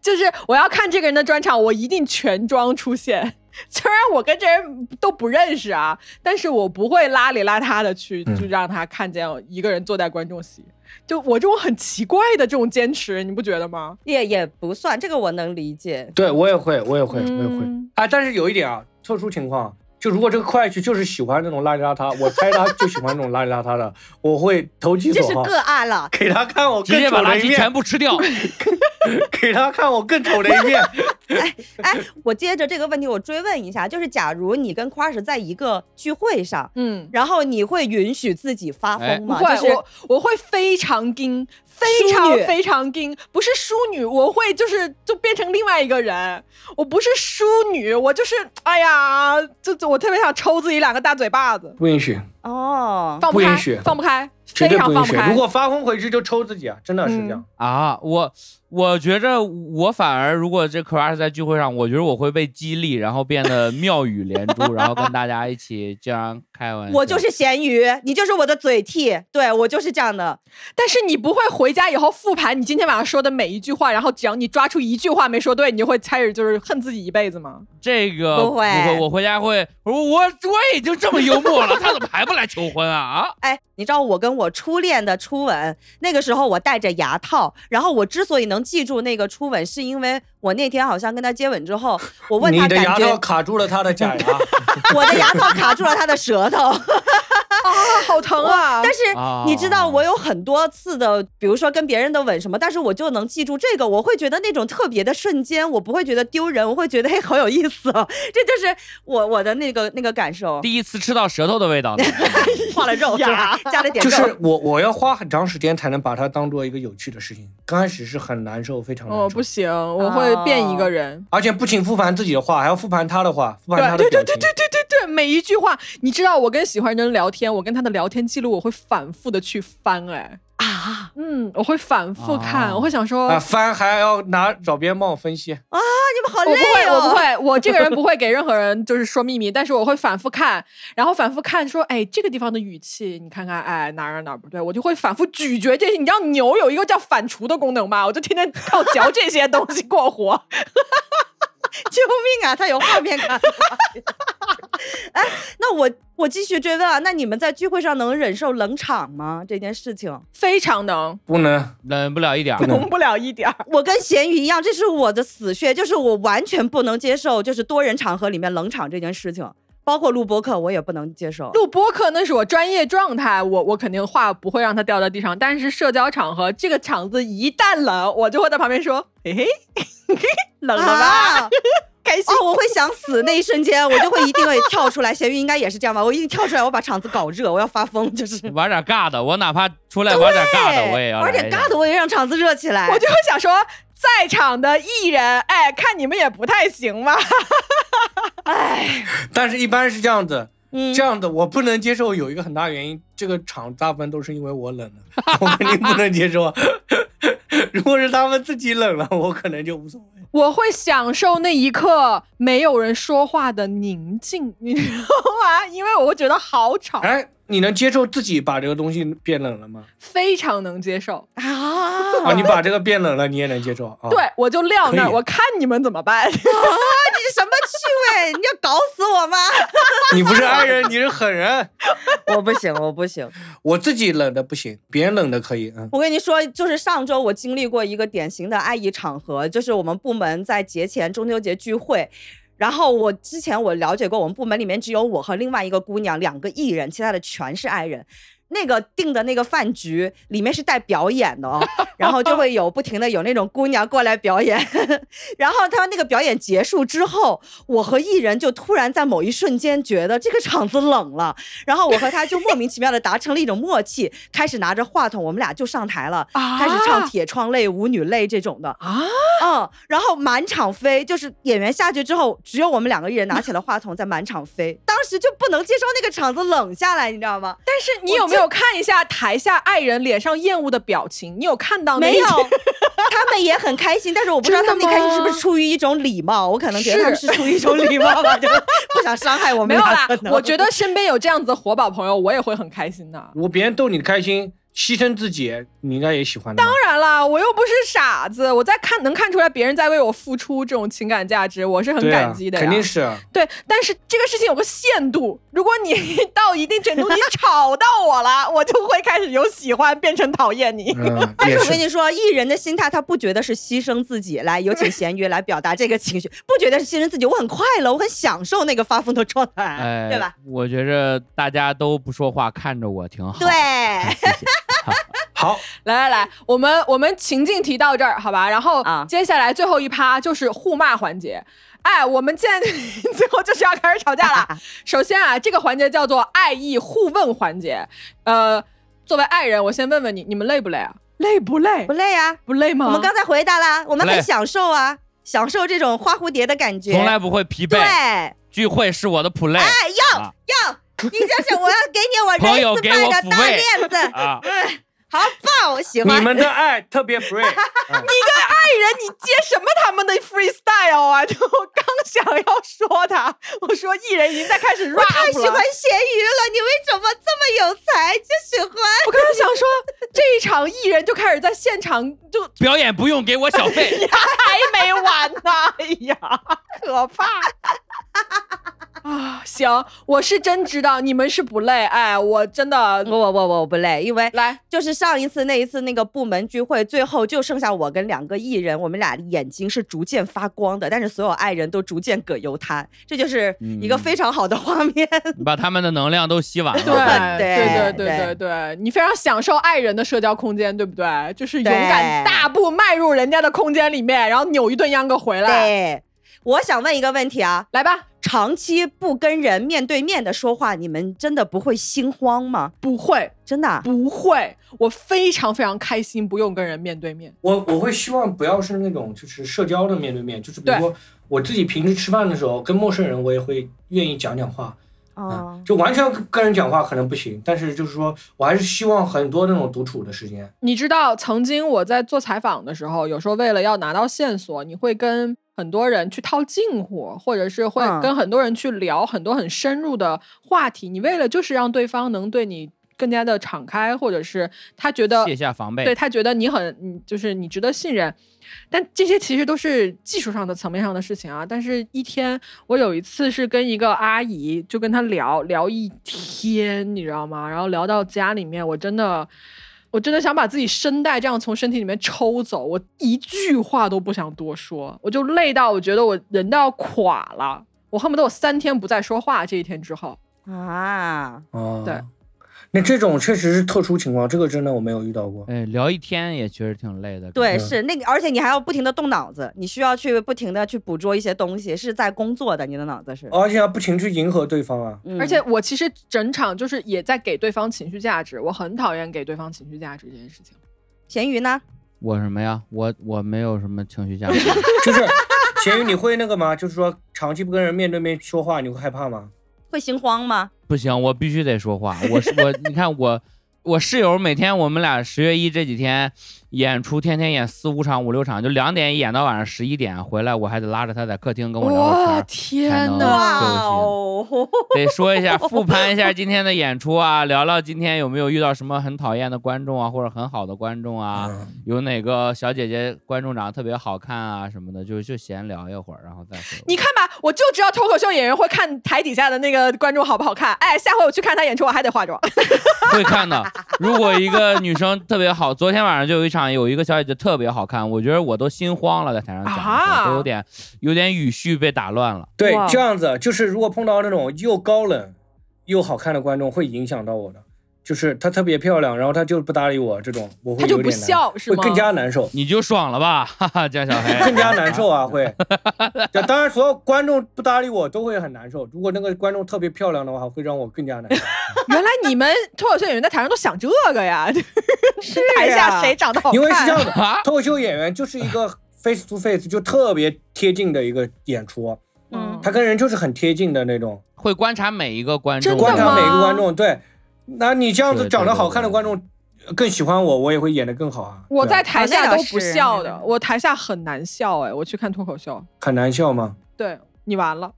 就是我要看这个人的专场，我一定全装出现。 虽然我跟这人都不认识啊，但是我不会邋里邋遢的去，嗯就让他看见一个人坐在观众席。就我这种很奇怪的这种坚持，你不觉得吗？也也不算，这个我能理解。对我也会，我也会，我也会。嗯啊，但是有一点啊，特殊情况，就如果这个 crush 就是喜欢那种邋里邋遢，我猜他就喜欢那种邋里邋遢的，我会投其这所是啊好，个案了， 给他看我直更接把丑垃的一圾全面，部吃掉。 给他看我更丑的一面。 哎，我接着这个问题，我追问一下，就是假如你跟 crush 在一个聚会上，嗯，然后你会允许自己发疯哎不吗？会，就是我我会非常盯，非淑常女非常盯，不是淑女，我会就是就变成另外一个人，我不是淑女，我就是哎呀，就就我特别想抽自己两个大嘴巴子， 不允许，哦，放不允开许，放不开，绝对非常不允放不许。开如果发疯回去就抽自己啊，真的是这样。啊，我我觉着我反而如果这 crush 在聚会上，我觉得我会被激励，然后变得妙语连珠，然后跟大家一起这样开玩笑。我就是咸鱼，你就是我的嘴替，对我就是这样的。但是你不会回家以后复盘你今天晚上说的每一句话，然后只要你抓出一句话没说对，你就会开始就是恨自己一辈子吗？这个不会我回家会，我我我已经这么幽默了，他怎么还不来求婚啊？啊，哎，你知道我跟我初恋的初吻，那个时候我戴着牙套，然后我之所以能记住那个初吻，是因为我那天好像跟他接吻之后，我问他你的感牙套觉，卡住了他的假牙，我的牙套卡住了他的舌头。啊，好疼啊！但是哎你知道我有很多次的，比如说跟别人的吻什么，但是我就能记住这个，我会觉得那种特别的瞬间，我不会觉得丢人，我会觉得嘿好有意思哦， 这就是我我的那个那个感受。第一次吃到舌头的味道呢。画了肉是吧？加了点就肉。是我我要花很长时间才能把它当做一个有趣的事情。刚开始是很难受，非常难受。哦，不行，我会变一个人。而且不仅复盘自己的话，还要复盘他的话，复盘他的对表对情对对。对对对，每一句话，你知道我跟喜欢的人聊天，我跟他的聊天记录，我会反复的去翻，哎，啊，嗯，我会反复看，啊我会想说，哦啊，翻还要拿找边帮我分析，你们好我不会，累哦。我不会，我这个人不会给任何人就是说秘密，但是我会反复看，然后反复看说，哎，这个地方的语气，你看看，哎，哪儿哪儿哪儿不对，我就会反复咀嚼这些。你知道牛有一个叫反刍的功能吧？我就天天靠嚼这些东西过活。 救命啊！他有画面感。 哎，那我我继续追问啊，那你们在聚会上能忍受冷场吗？这件事情，非常能，不能忍不了一点儿不，能容不了一点儿。我跟咸鱼一样，这是我的死穴，就是我完全不能接受，就是多人场合里面冷场这件事情，包括录播课我也不能接受。录播课那是我专业状态，我我肯定话不会让它掉到地上，但是社交场合这个场子一旦冷，我就会在旁边说，嘿嘿，冷了吧？啊！开心。哦，我会想死那一瞬间，我就会一定会跳出来。咸鱼应该也是这样吧？我一定跳出来，我把场子搞热，我要发疯，就是玩点尬的，我哪怕出来玩点尬的，我也要玩来点一下尬的，我也让场子热起来。我就会想说，在场的艺人，哎，看你们也不太行吧？但是一般是这样子，嗯这样的我不能接受，有一个很大原因，这个场大部分都是因为我冷了， 我肯定不能接受。啊。 如果是他们自己冷了，我可能就无所谓。 我会享受那一刻没有人说话的宁静，你知道吗？因为我会觉得好吵，哎，你能接受自己把这个东西变冷了吗？非常能接受。啊，啊，你把这个变冷了，你也能接受啊？对，我就撂那可儿，以我看你们怎么办。这是什么趣味？你要搞死我吗？你不是爱人， 你是狠人。 我不行，我不行。我自己冷的不行，别人冷的可以。嗯，我跟你说，就是上周我经历过一个典型的爱意场合，就是我们部门在节前中秋节聚会。然后我之前我了解过，我们部门里面只有我和另外一个姑娘，两个艺人，其他的全是爱人。那个订的那个饭局里面是带表演的哦，然后就会有不停的有那种姑娘过来表演， 然后他们那个表演结束之后，我和艺人就突然在某一瞬间觉得这个场子冷了，然后我和他就莫名其妙的达成了一种默契，开始拿着话筒，我们俩就上台了， 啊开始唱《铁窗泪》《舞女泪》这种的，啊，嗯，然后满场飞，就是演员下去之后，只有我们两个艺人拿起了话筒在满场飞，当时就不能接受那个场子冷下来，你知道吗？但是你有没有看一下台下爱人脸上厌恶的表情？你有看到那没一有，集他们也很开心，但是我不知道真的他们一开始吗是不是出于一种礼貌，我可能觉得他们是是出于一种礼貌吧，就不想伤 害我没们有俩啦可能。，我觉得身边有这样子的活宝朋友，我也会很开心的。如果别人逗你开心，牺牲自己，你应该也喜欢的吧。当当然啦，我又不是傻子，我在看能看出来别人在为我付出这种情感价值，我是很对啊感激的呀。肯定是啊。对，但是这个事情有个限度，如果你 到一定程度你吵到我了，我就会开始由喜欢变成讨厌你。 嗯，但也是我跟是。你说，艺人的心态，他不觉得是牺牲自己。来，有请咸鱼来表达这个情绪，不觉得是牺牲自己，我很快乐，我很享受那个发疯的状态，哎，对吧？？我觉着大家都不说话，看着我挺好。对，谢谢。好，来来来，我们我们情境题到这儿，好吧？然后啊接下来最后一趴就是互骂环节。哎，我们现在 最后就是要开始吵架 了。首先啊，这个环节叫做爱意互问环节。呃，作为爱人，我先问问你，你们累不累啊？累不累不？累啊。不累吗？我们刚才回答啦，我们不累很享受啊，享受这 种花蝴蝶的感觉。从来不会疲对，惫，哎聚会是我的 play。要啊要你就是我要给你我朋友 raise 给 by 我的抚大慰链 子，啊，好棒，我喜欢。你们的爱特别 brave，嗯爱人，你接什么他们的 freestyle 啊？ 就我刚想要说他，我说艺人已经在开始 rap 我了。太喜欢咸鱼了，你为什么这么有才？就喜欢我刚才想说，这一场艺人就开始在现场就表演不用给我小费。还没完呢！哎呀，可怕！啊，行，我是真知道你们是不累，哎，我真的我我我我不累，因为来，就是上一次那一次那个部门聚会，最后就剩下我跟两个艺人，我们俩眼睛是逐渐发光的，但是所有爱人都逐渐葛优瘫，这就是一个嗯非常好的画面。你把他们的能量都吸完了。对对对对对对对，你非常享受爱人的社交空间，对不对？就是勇敢对大步迈入人家的空间里面，然后扭一顿秧歌回来，对，我想问一个问题啊，来吧，长期不跟人面对面的说话，你们真的不会心慌吗？不会。真的啊？不会，我非常非常开心，不用跟人面对面。我我会希望不要是那种就是社交的面对面，就是比对如说我自己平时吃饭的时候跟陌生人，我也会愿意讲讲话，哦嗯，就完全跟人讲话可能不行，但是就是说我还是希望很多那种独处的时间。你知道，曾经我在做采访的时候，有时候为了要拿到线索，你会跟很多人去套近乎，或者是会嗯跟很多人去聊很多很深入的话题。你为了就是让对方能对你更加的敞开，或者是他觉得卸下防备。对他觉得你很，你就是你值得信任，但这些其实都是技术上的层面上的事情啊。但是，一天我有一次是跟一个阿姨，就跟她聊聊一天，你知道吗？然后聊到家里面，我真的，我真的想把自己声带这样从身体里面抽走，我一句话都不想多说，我就累到我觉得我人都要垮了，我恨不得我三天不再说话。这一天之后，啊，哦对，那这种确实是特殊情况，这个真的我没有遇到过。哎，聊一天也确实挺累的。对，嗯是那个，而且你还要不停的动脑子，你需要去不停的去捕捉一些东西，是在工作的，你的脑子是。而且还不停去迎合对方啊，嗯而且我其实整场就是也在给对方情绪价值，我很讨厌给对方情绪价值这件事情。咸鱼呢？我什么呀？我我没有什么情绪价值。 就是 咸鱼，你会那个吗？就是说长期不跟人面对面说话，你会害怕吗？会心慌吗？不行，我必须得说话。我是我，你看我，我室友每天我们俩十月一这几天演出，天天演四五场、五六场，就两点演到晚上十一点，回来我还得拉着他在客厅跟我聊会天哇儿，天嗯哪！啊哦，得说一下，复盘一下今天的演出啊，聊聊今天有没有遇到什么很讨厌的观众啊，或者很好的观众啊。嗯，有哪个小姐姐观众长得特别好看啊什么的，就就闲聊一会儿，然后再回。你看吧，我就知道脱口秀演员会看台底下的那个观众好不好看。哎，下回我去看他演出，我还得化妆。会看的。如果一个女生特别好，昨天晚上就有一场，有一个小姐姐特别好看，我觉得我都心慌了，在台上讲的时候，啊都有点有点语序被打乱了。对哇，这样子就是如果碰到那种又高冷又好看的观众，会影响到我的。就是她特别漂亮，然后她就不搭理我，这种我会他就有不点难笑是会吗？更加难受，你就爽了吧， 哈哈，江小黑，更加难受 啊！会，对当然所有观众不搭理我都会很难受。如果那个观众特别漂亮的话，会让我更加难受。 原来你们脱口秀演员在台上都想这个呀？是台下谁长得好看？因为是这样嗯的，啊！脱口秀演员就是一个 face to face，就特别贴近的一个演出，嗯他跟人就是很贴近的那种，会观察每一个观真众，的吗观察每一个观众。对，那你这样子长得好看的观众更喜欢我，我也会演得更好啊。 我对在啊台下都不笑哦那的，倒是我台下很难笑哎。我去看脱口秀，很难笑吗？对你完了，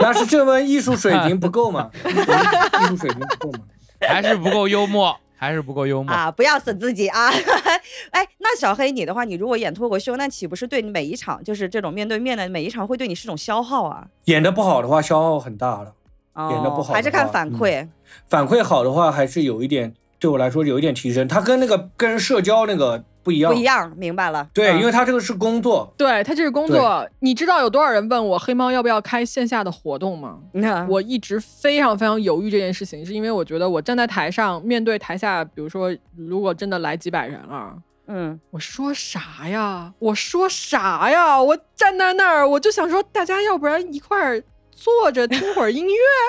那是这门艺术水平不够嘛？艺术水平不够嘛？还是不够幽默，还是不够嗯幽默。啊，不要损自己啊！ 哎，那小黑你的话，你如果演脱口秀，那岂不是对你每一场就是这种面对面的每一场会对你是种消耗啊？演得不好的话，消耗很大了。哦，演得不好的嗯还是看话反馈。反馈好的话，还是有一点对我来说有一点提升。它跟那个跟人社交那个不一样，不一样，明白了。对，嗯因 为它这个是 工作，对他这是工作。你知道有多少人问我黑猫要不要开线下的活动吗？你看我一直非常非常犹豫这件事情，是因为我觉得我站在台上面对台下，比如说如果真的来几百人了，嗯，我说啥呀？我说啥呀？我站在那儿，我就想说，大家要不然一块儿坐着听会儿音乐，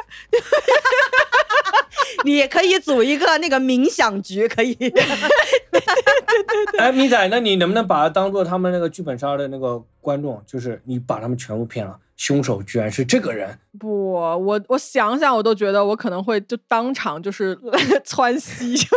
你也可以组一个那个冥想局， 可以哎，米仔，那你能不能把它当做他们那个剧本杀的那个观众，就是你把他们全部骗了，凶手居然是这个人，不，我我想想，我都觉得我可能会就当场就是 窜稀。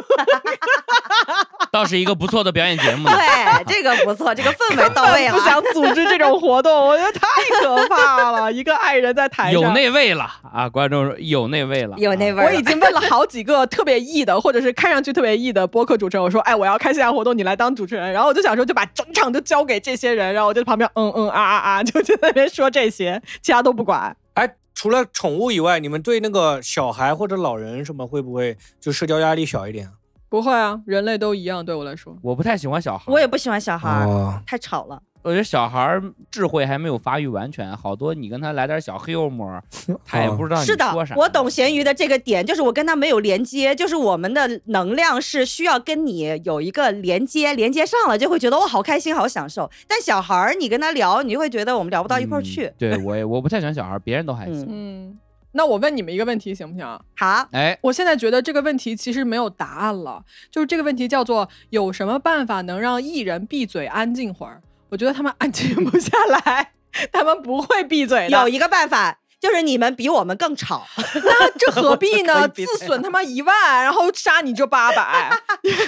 倒是一个不错的表演节目呢。对，这个不错，这个氛围到位 不了。想组织这种活动，我觉得太可怕了。一个爱人在台上，有那味了啊！观众说有那味了，有那啊味我儿已了，经问了好几个特别 E 的，或者是看上去特别 E 的播客主持人，我说：“哎，我要开线下活动，你来当主持人。”然后我就想说，就把整场就交给这些人，然后我就旁边嗯嗯啊啊啊， 就就在那边说这些，其他都不管。哎，除了宠物以外，你们对那个小孩或者老人什么会不会就社交压力小一点？不会啊，人类都一样，对我来说，我不太喜欢小孩，我也不喜欢小孩儿，哦，太吵了。我觉得小孩儿智慧还没有发育完全，好多你跟他来点小黑幽默， 他哦也不知道你是的说啥。，我懂咸鱼的这个点，就是我跟他没有连接，就是我们的能量是需要跟你有一个连接，连接上了就会觉得我好开心，好享受。但小孩儿，你跟他聊，你就会觉得我们聊不到一块儿去嗯。对我也我不太喜欢小孩儿，别人都还行。嗯嗯。那我问你们一个问题行不行啊？好，哎，我现在觉得这个问题其实没有答案了，就是这个问题叫做有什么办法能让艺人闭嘴安静会儿？我觉得他们安静不下来， 他们不会闭嘴的。有一个办法，就是你们比我们更吵。 那这何必 我呢？可以闭自嘴损他妈一万，然后杀你这八百，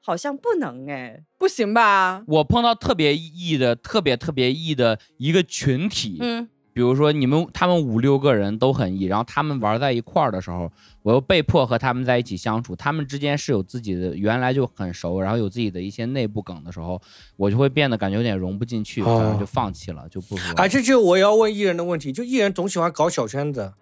好像不能哎，不行吧？我碰到特别 E 的、特别特别 E 的一个群体，嗯，比如说你们他们五六个人都很 E，然后他们玩在一块儿的时候，我又被迫和他们在一起相处，他们之间是有自己的原来就很熟，然后有自己的一些内部梗的时候，我就会变得感觉有点融不进去，哦反正就放弃了，就不说了。哎，这就我也要问艺人的问题，就艺人总喜欢搞小圈子，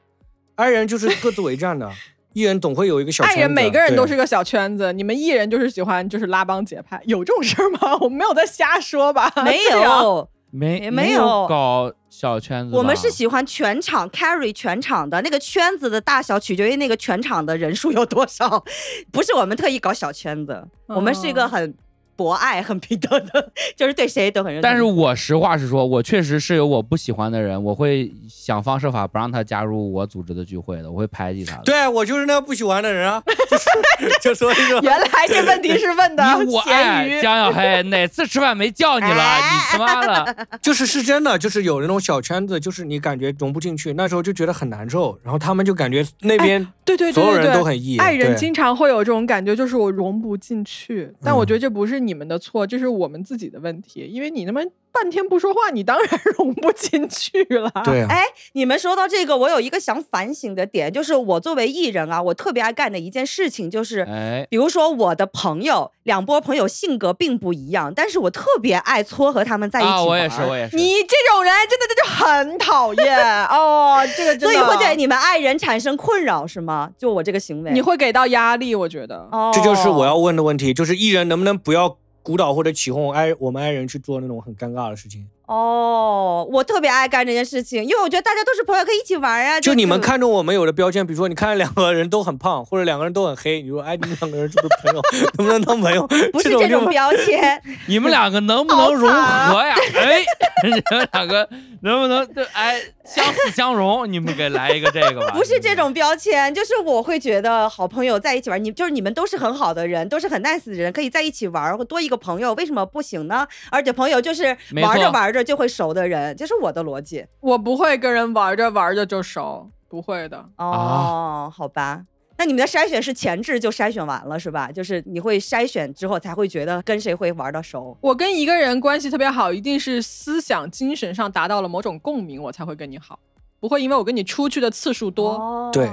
爱人就是各自为战的，艺人总会有一个小圈爱子。人每个人对都是个小圈子，你们艺人就是喜欢就是拉帮结派，有这种事儿吗？我没有在瞎说吧？ 没这样，有，没也没没有有搞小圈子吧，我们是喜欢全场 carry 全场的那个圈子的大小，取决于那个全场的人数有多少，不是我们特意搞小圈子，我们是一个很博爱、很平等的， 就是对谁都很认真。但是我实话实说，我确实是有我不喜欢的人，我会想方设法不让他加入我组织的聚会的，我会排挤他的。对我就是那个不喜欢的人啊， 就是就所以说原来这问题是问的你我咸爱鱼。江小黑，哪次吃饭没叫 你了？你他妈的！就是是真的，就是有那种小圈子，就是你感觉融不进去，那时候就觉得很难受，然后他们就感觉那边、哎对对对所有人对都对。很 E，爱人对经常会有这种感觉，就是我融不进去，但嗯我觉得这不是你们的错，这是我们自己的问题。因为你他妈半天不说话，你当然 融不进去了。对啊，哎，你们说到这个，我有一个想反省的点，就是我作为艺人啊，我特别爱干的一件事情就是。哎，比如说，我的朋友两波朋友性格并不一样，但是我特别爱撮合他们在一起玩。啊，我也是，我也是。你这种人真的真的很讨厌 哦，这个真的。所以会对你们爱人产生困扰是吗？就我这个行为，你会给到压力，我觉得。哦，这就是我要问的问题，就是艺人能不能不要鼓捣或者起哄爱我们爱人去做那种很尴尬的事情？哦，我特别爱干这件事情，因为我觉得大家都是朋友，可以一起玩啊。就你们是，看中我们有的标签，比如说你看两个人都很胖，或者两个人都很黑，你说哎，你们两个人是不是朋友？ 能不能当朋友？ 不是种这种就标 签，你们两个能不能融合啊呀？哎， 你们两个能不能就哎相似相融？ 你们给来一个这个吧。不是这种标签，就是我会觉得好朋友在一起玩，你就是你们都是很好的人，都是很 nice 的人，可以在一起玩，多一个朋友为什么不行呢？而且朋友就是没玩错着玩着就会熟的人，这是我的逻辑。我不会跟人玩着玩着就熟，不会的。哦，好吧。那你们的筛选是前置就筛选完了是吧？就是你会筛选之后才会觉得跟谁会玩到熟。我跟一个人关系特别好，一定是思想、精神上达到了某种共鸣，我才会跟你好，不会因为我跟你出去的次数多。哦对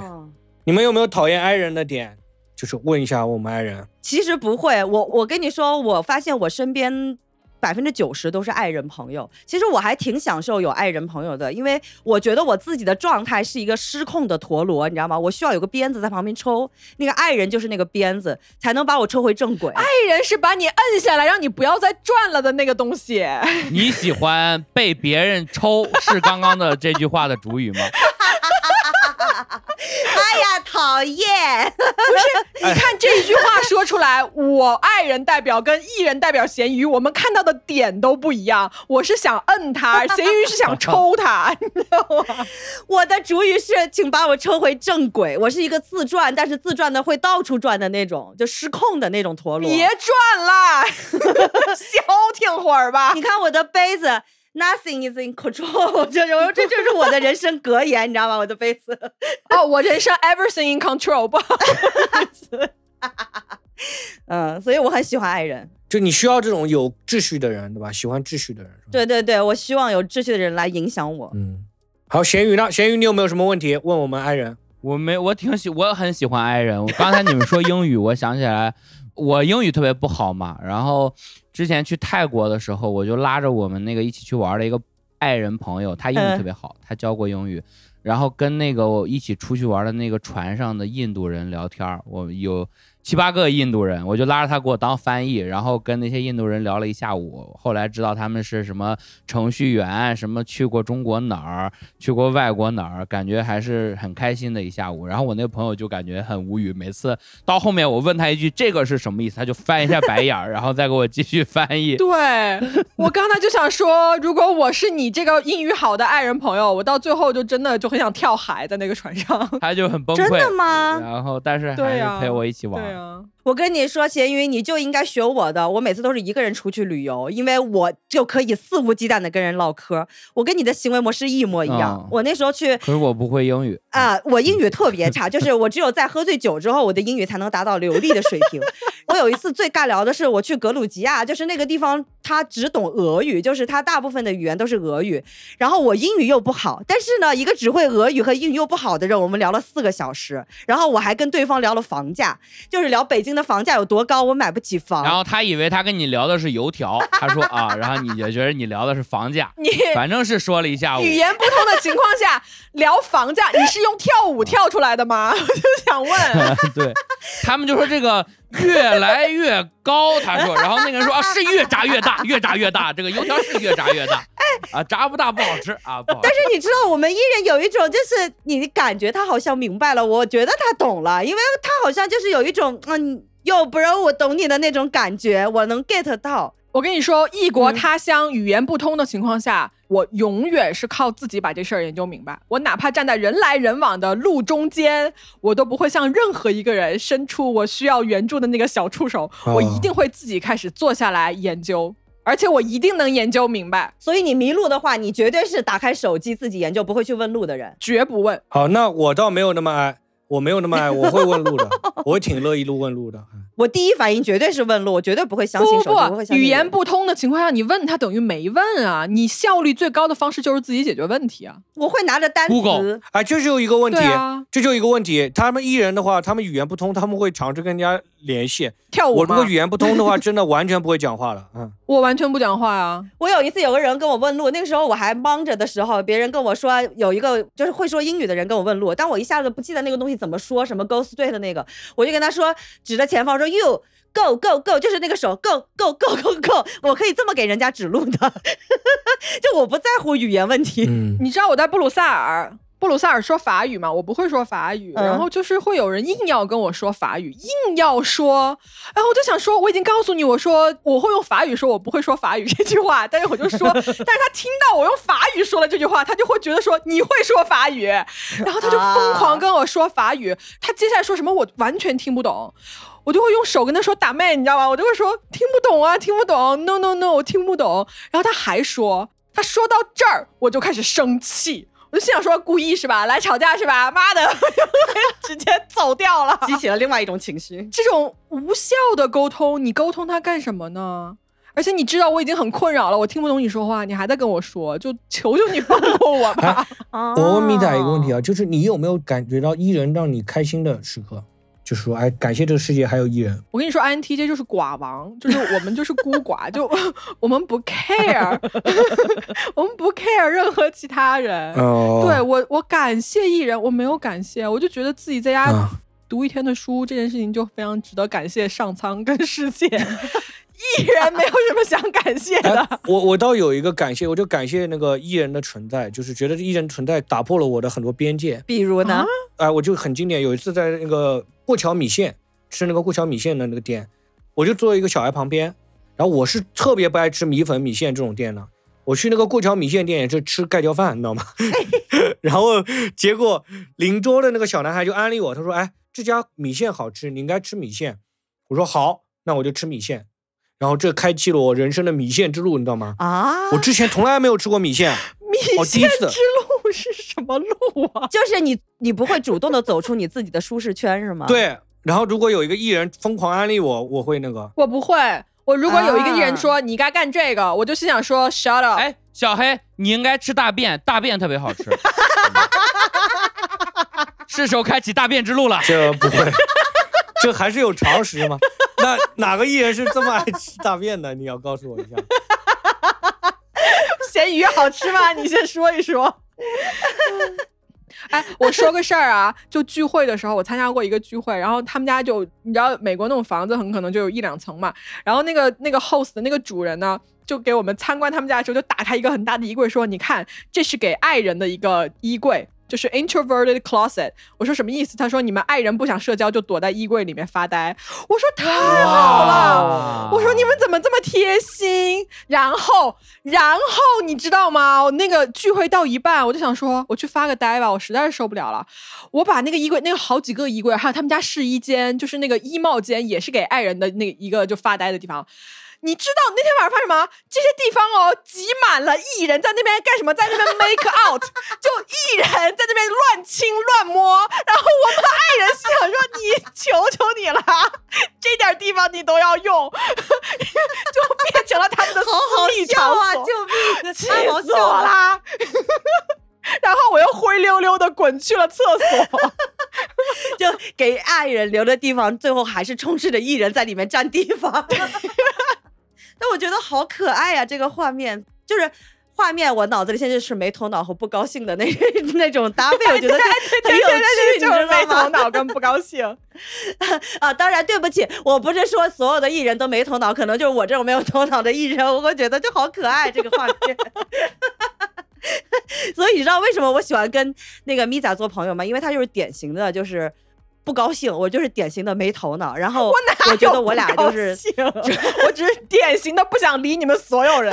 你们有没有讨厌爱人的点？就是问一下我们爱人。其实不会，我我跟你说，我发现我身边百分之九十都是爱人朋友。其实我还挺享受有爱人朋友的，因为我觉得我自己的状态是一个失控的陀螺，你知道吗？我需要有个鞭子在旁边抽，那个爱人就是那个鞭子，才能把我抽回正轨。爱人是把你摁下来，让你不要再转了的那个东西。你喜欢被别人抽是刚刚的这句话的主语吗？哎呀，讨厌！你看这一句话说出来，我爱人代表跟艺人代表咸鱼，我们看到的点都不一样。我是想摁 他，咸鱼是想抽 他。我的主语是，请把我抽回正轨。我是一个自转，但是自转的会到处转的那种，就失控的那种陀 螺。别转了，消停会儿吧你。看我的杯子， Nothing is in control，就是 这就是我的人生格言，你知道吗？我的杯子。 哦，我人生 everything in control，不好， 嗯，所以我很喜欢爱人。就你需要这种有秩序的人，对吧？喜欢秩序的人。是吧，对对对，我希望有秩序的人来影响我。嗯。好，咸鱼呢？咸鱼，你有没有什么问题问我们爱人？我没，我挺喜，我很喜欢 i 人。我刚才你们说英语，我想起来，我英语特别不好嘛。然后之前去泰国的时候，我就拉着我们那个一起去玩的一个爱人朋友，他英语特别好，他教过英语。然后跟那个我一起出去玩的那个船上的印度人聊天儿，我有七八个印度人，我就拉着他给我当翻译，然后跟那些印度人聊了一下午。后来知道他们是什么程序员，什么去过中国哪儿，去过外国哪儿，感觉还是很开心的一下午。然后我那个朋友就感觉很无语，每次到后面我问他一句这个是什么意思，他就翻一下白眼儿，然后再给我继续翻 译。对我刚才就想说，如果我是你这个英语好的爱人朋友，我到最后就真的就很想跳海在那个船 上。他就很崩真溃。的吗？然后但是还对是呀陪我一起玩。对啊，我跟你说，咸鱼，你就应该学我的。我每次都是一个人出去旅游，因为我就可以肆无忌惮的跟人唠嗑。我跟你的行为模式一模一样。哦我那时候去可是我不会英语，啊、我英语特别差，就是我只有在喝醉酒之后，我的英语才能达到流利的水平。我有一次最尬聊的是，我去格鲁吉亚，就是那个地方，他只懂俄语，就是他大部分的语言都是俄语。然后我英语又不好，但是呢，一个只会俄语和英语又不好的人，我们聊了四个小时。然后我还跟对方聊了房价，就是聊北京的房价有多高，我买不起房。然后他以为他跟你聊的是油条，他说啊，然后你也觉得你聊的是房价，你 反正是说了一下午。语言不通的情况下聊房价，你是用跳舞跳出来的吗？我 就想问， 对，他们就说这个越来越高，他 说，然后那个人说啊是越炸越大，越炸越大，这个油条是越炸越大，哎啊炸不大不好吃啊不好吃但。是你知道，我们艺人有一种，就是你感觉他好像明白了，我觉得他懂了，因为他好像就是有一种，嗯，又不然我懂你的那种感觉，我能 get 到。我跟你说，异国嗯他乡、语言不通的情况下，我永远是靠自己把这事儿研究明白。我哪怕站在人来人往的路中间，我都不会向任何一个人伸出我需要援助的那个小触手，哦我一定会自己开始坐下来研究，而且我一定能研究明白，所以你迷路的话，你绝对是打开手机自己研究，不会去问路的人。绝不问。好，那我倒没有那么爱，我没有那么爱，我会问路 的，我挺乐意路问路的。我第一反应绝对是问路，我绝对不会相不信不手机，我会不，相信语人言。不通的情况下，你问他等于没问啊。你效率最高的方式就是自己解决问题啊。我会拿着单词。 Google 哎，这就一个问题对，啊，这就一个问题。他们艺人的话，他们语言不通，他们会尝试跟人家联系。跳舞我如嘛果语言不通的话，真的完全不会 讲话了。嗯，我完全不讲话啊。我有一次有个人跟我问路，那个时候我还懵着的时候，别人跟我说有一个就是会说英语的人跟我问路，但我一下子不记得那个东西怎么说，什么 go straight 的那个，我就跟他说指着前方说 you go go go，就是那个手 go go go go go，我可以这么给人家指路的，就我不在乎语言问题。嗯，你知道我在布鲁塞尔，布鲁塞尔说法语嘛，我不会说法语，嗯然后就是会有人硬要跟我说法语，硬要说，然后我就想说，我已经告诉你，我说我会用法语说我不会说法语这句话，但是我就说，但是他听到我用法语说了这句话，他就会觉得说你会说法语，然后他就疯狂跟我说法语，他接下来说什么我完全听不懂。我就会用手跟他说打妹，你知道吗？我就会说听不懂啊，听不懂，no no no，我听不懂。然后他还说，他说到这儿我就开始生气，我就心想说故意是吧？来吵架是吧？妈的，我 就会直接走掉了。激起了另外一种情绪，这种无效的沟通，你沟通它干什么呢？而且你知道我已经很困扰了，我听不懂你说话，你还在跟我说，就求求你放过我吧。哎我问米仔一个问题啊，就是你有没有感觉到艺人让你开心的时刻？就是说，哎，感谢这个世界还有艺人。 我跟你说，INTJ 就是寡王，就是我们就是孤寡，就 我们不 care，我们不 care 任何其他人。哦对我，我感谢艺人，我没有感谢，我就觉得自己在家啊读一天的书、这件事情就非常值得感谢上苍跟世界。 艺人没有什么想感谢的，哎我我倒有一个感谢，我就感谢那个艺人的存在，就是觉得艺人存在打破了我的很多边界。比如呢？啊哎，我就很经典，有一次在那个过桥米线吃那个过桥米线的那个店，我就坐一个小孩旁边，然后我是特别不爱吃米粉、米线这种店的。我去那个过桥米线店也是吃盖浇饭，你知道吗？ 然后结果邻桌的那个小男孩就安利我，他说：“哎，这家米线好吃，你应该吃米线。”我说：“好，那我就吃米线。”然后这开启了我人生的米线之路，你知道吗？啊我，之前从来没有吃过米线，米我哦第线一次之路是什么路啊？就是你你不会主动的走出你自己的舒适圈是吗？，对。然后如果有一个艺人疯狂安利我，我会那个。我不会。我如果有一个艺人啊说你该干这个，我就心想说 shut up。哎，小黑，你应该吃大便，大便特 别好吃。嗯是时候开启大便之路了。这不会， 这还是有常识吗？那哪个艺人是这么爱吃大便的？你要告诉我一下。 咸鱼好吃 吗？你先说一说。 哎，我说个事儿啊，就聚会的时候，我参加过一个聚会，然后他们家就你知道美国那种房子很可能就有一两层嘛，然后那个那个 host 的那个主人呢，就给我们参观他们家的时候，就打开一个很大的衣柜，说：“你看，这是给爱人的一个衣柜，就是 introverted closet。”我说什么意思？他说：“你们爱人不想社交，就躲在衣柜里面发呆。”我说：“太好了。”哇我说你们怎么这么贴心？然后，然后你知道吗？我那个聚会到一半，我就想说，我去发个呆吧，我实在是受不了了。我把那个衣柜，那个好几个衣柜，还有他们家试衣间，就是那个衣帽间，也是给爱人的那一个就发呆的地方。你知道那天晚上发生什么？这些地方哦，挤满了艺人，在那边干什么？在那边 make out，就艺人在那边乱亲乱摸。然后我们的爱人心想说：“你求求你了， 这点地方你都要用， 就变成了他们 的私密笑场所。啊！救命！气太好死笑我了！ 啦！然后我又灰溜溜的滚去了厕所。 就给爱 人留的地方，最后还是充斥着艺人在里面占地方。 但我觉得好可爱呀、这个画面就是。画面，我脑子里现在是没头脑和不高兴的那 那种搭配，我 觉得就很有对对对，趣，你知就是没道头吗？脑跟不高兴。 啊，当然对不起，我不是说所有的艺人都没头脑，可能就是我这种没有头脑的艺人，我会觉得就好可爱这个画面。 所以你知道为什么我喜欢跟那个米仔做朋友吗？因为他就是典型的，就是不高兴，我就是典型的没头脑。然后 我觉得我俩就是我只是典型的不想理你们所有 人。。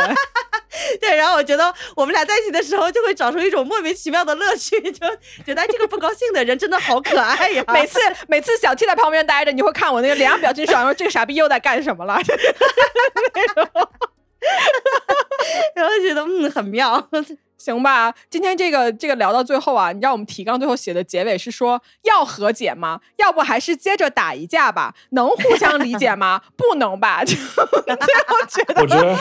对，然后我觉得我们俩在一起的时候，就会找出一种莫名其妙的乐趣，就觉得哎这个不高兴的人真的好可爱 呀每次每次小 T 在旁边待着，你会看我那个脸上表情，想说这个傻逼又在干什么了。 然后觉得嗯很妙，行吧，今天这个这个聊到最后啊，你知道我们提纲最后写的结尾是说要和解吗？要不还是接着打一架吧？能互相理解吗？不能吧？ 就 我觉得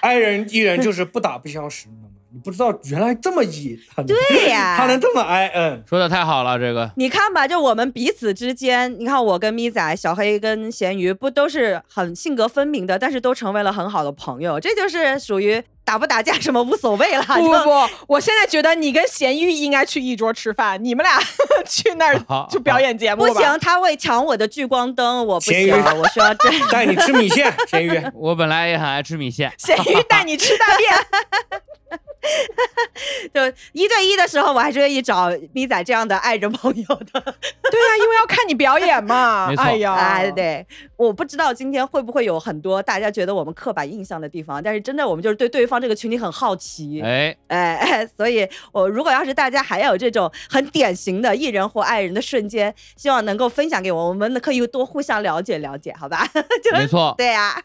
爱人艺人就是不打不相识，你知道吗？你不知道原来这么艺，他能对啊呀他能这么挨嗯。说的太好了，这个你看吧，就我们彼此之间，你看我跟咪仔、小黑跟咸鱼，不都是很性格分明的，但是都成为了很好的朋友，这就是属于打不打架什么无所谓了。不不就不，我现在觉得你跟咸鱼应该去一桌吃饭，你们俩 去那儿好去表演节目不吧。行，他会抢我的聚光灯，我不咸鱼行，我需要这。带你吃米线，咸鱼。我本来也很爱吃米线。咸鱼带你吃大便，就一对一的时候，我还是愿意找咪仔这样的爱人朋友的。对呀、因为要看你表演嘛。没错哎呀，哎，对，我不知道今天会不会有很多大家觉得我们刻板印象的地方，但是真的我们就是对对方这个群体很好奇。哎，哎哎，所以我如果要是大家还有这种很典型的艺人或爱人的瞬间，希望能够分享给我，我们可以多互相了解了解，好吧？ 没错，对呀、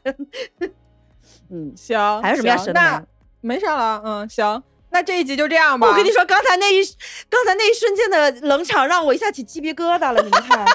嗯，行，还有什么要行说的那吗？没啥了，嗯，行，那这一集就这样吧。我跟你说，刚才那一刚才那一瞬间的冷场，让我一下起鸡皮疙瘩了。你们看，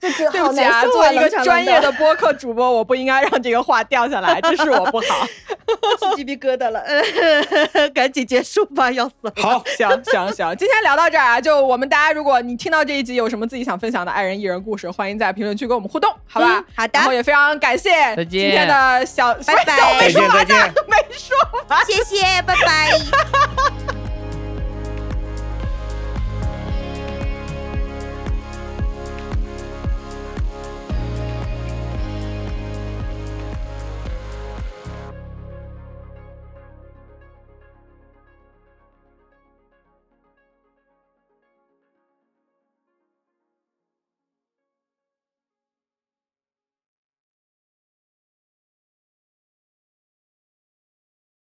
就 这对好不起难啊，受作为一个冷场专业冷的播客主播，我不应该让这个话掉下来，这是我不好。 到起鸡皮疙瘩了，嗯 赶紧结束吧，要死 了。好，行行行，今天聊到这儿啊，就我们大家，如果你听到这一集有什么自己想分享的爱人艺人故事，欢迎在评论区跟我们互动，好吧？嗯好的然后也非常感谢再见今天的小，拜拜没说 再 见完再呢见。没说完。谢谢，拜拜。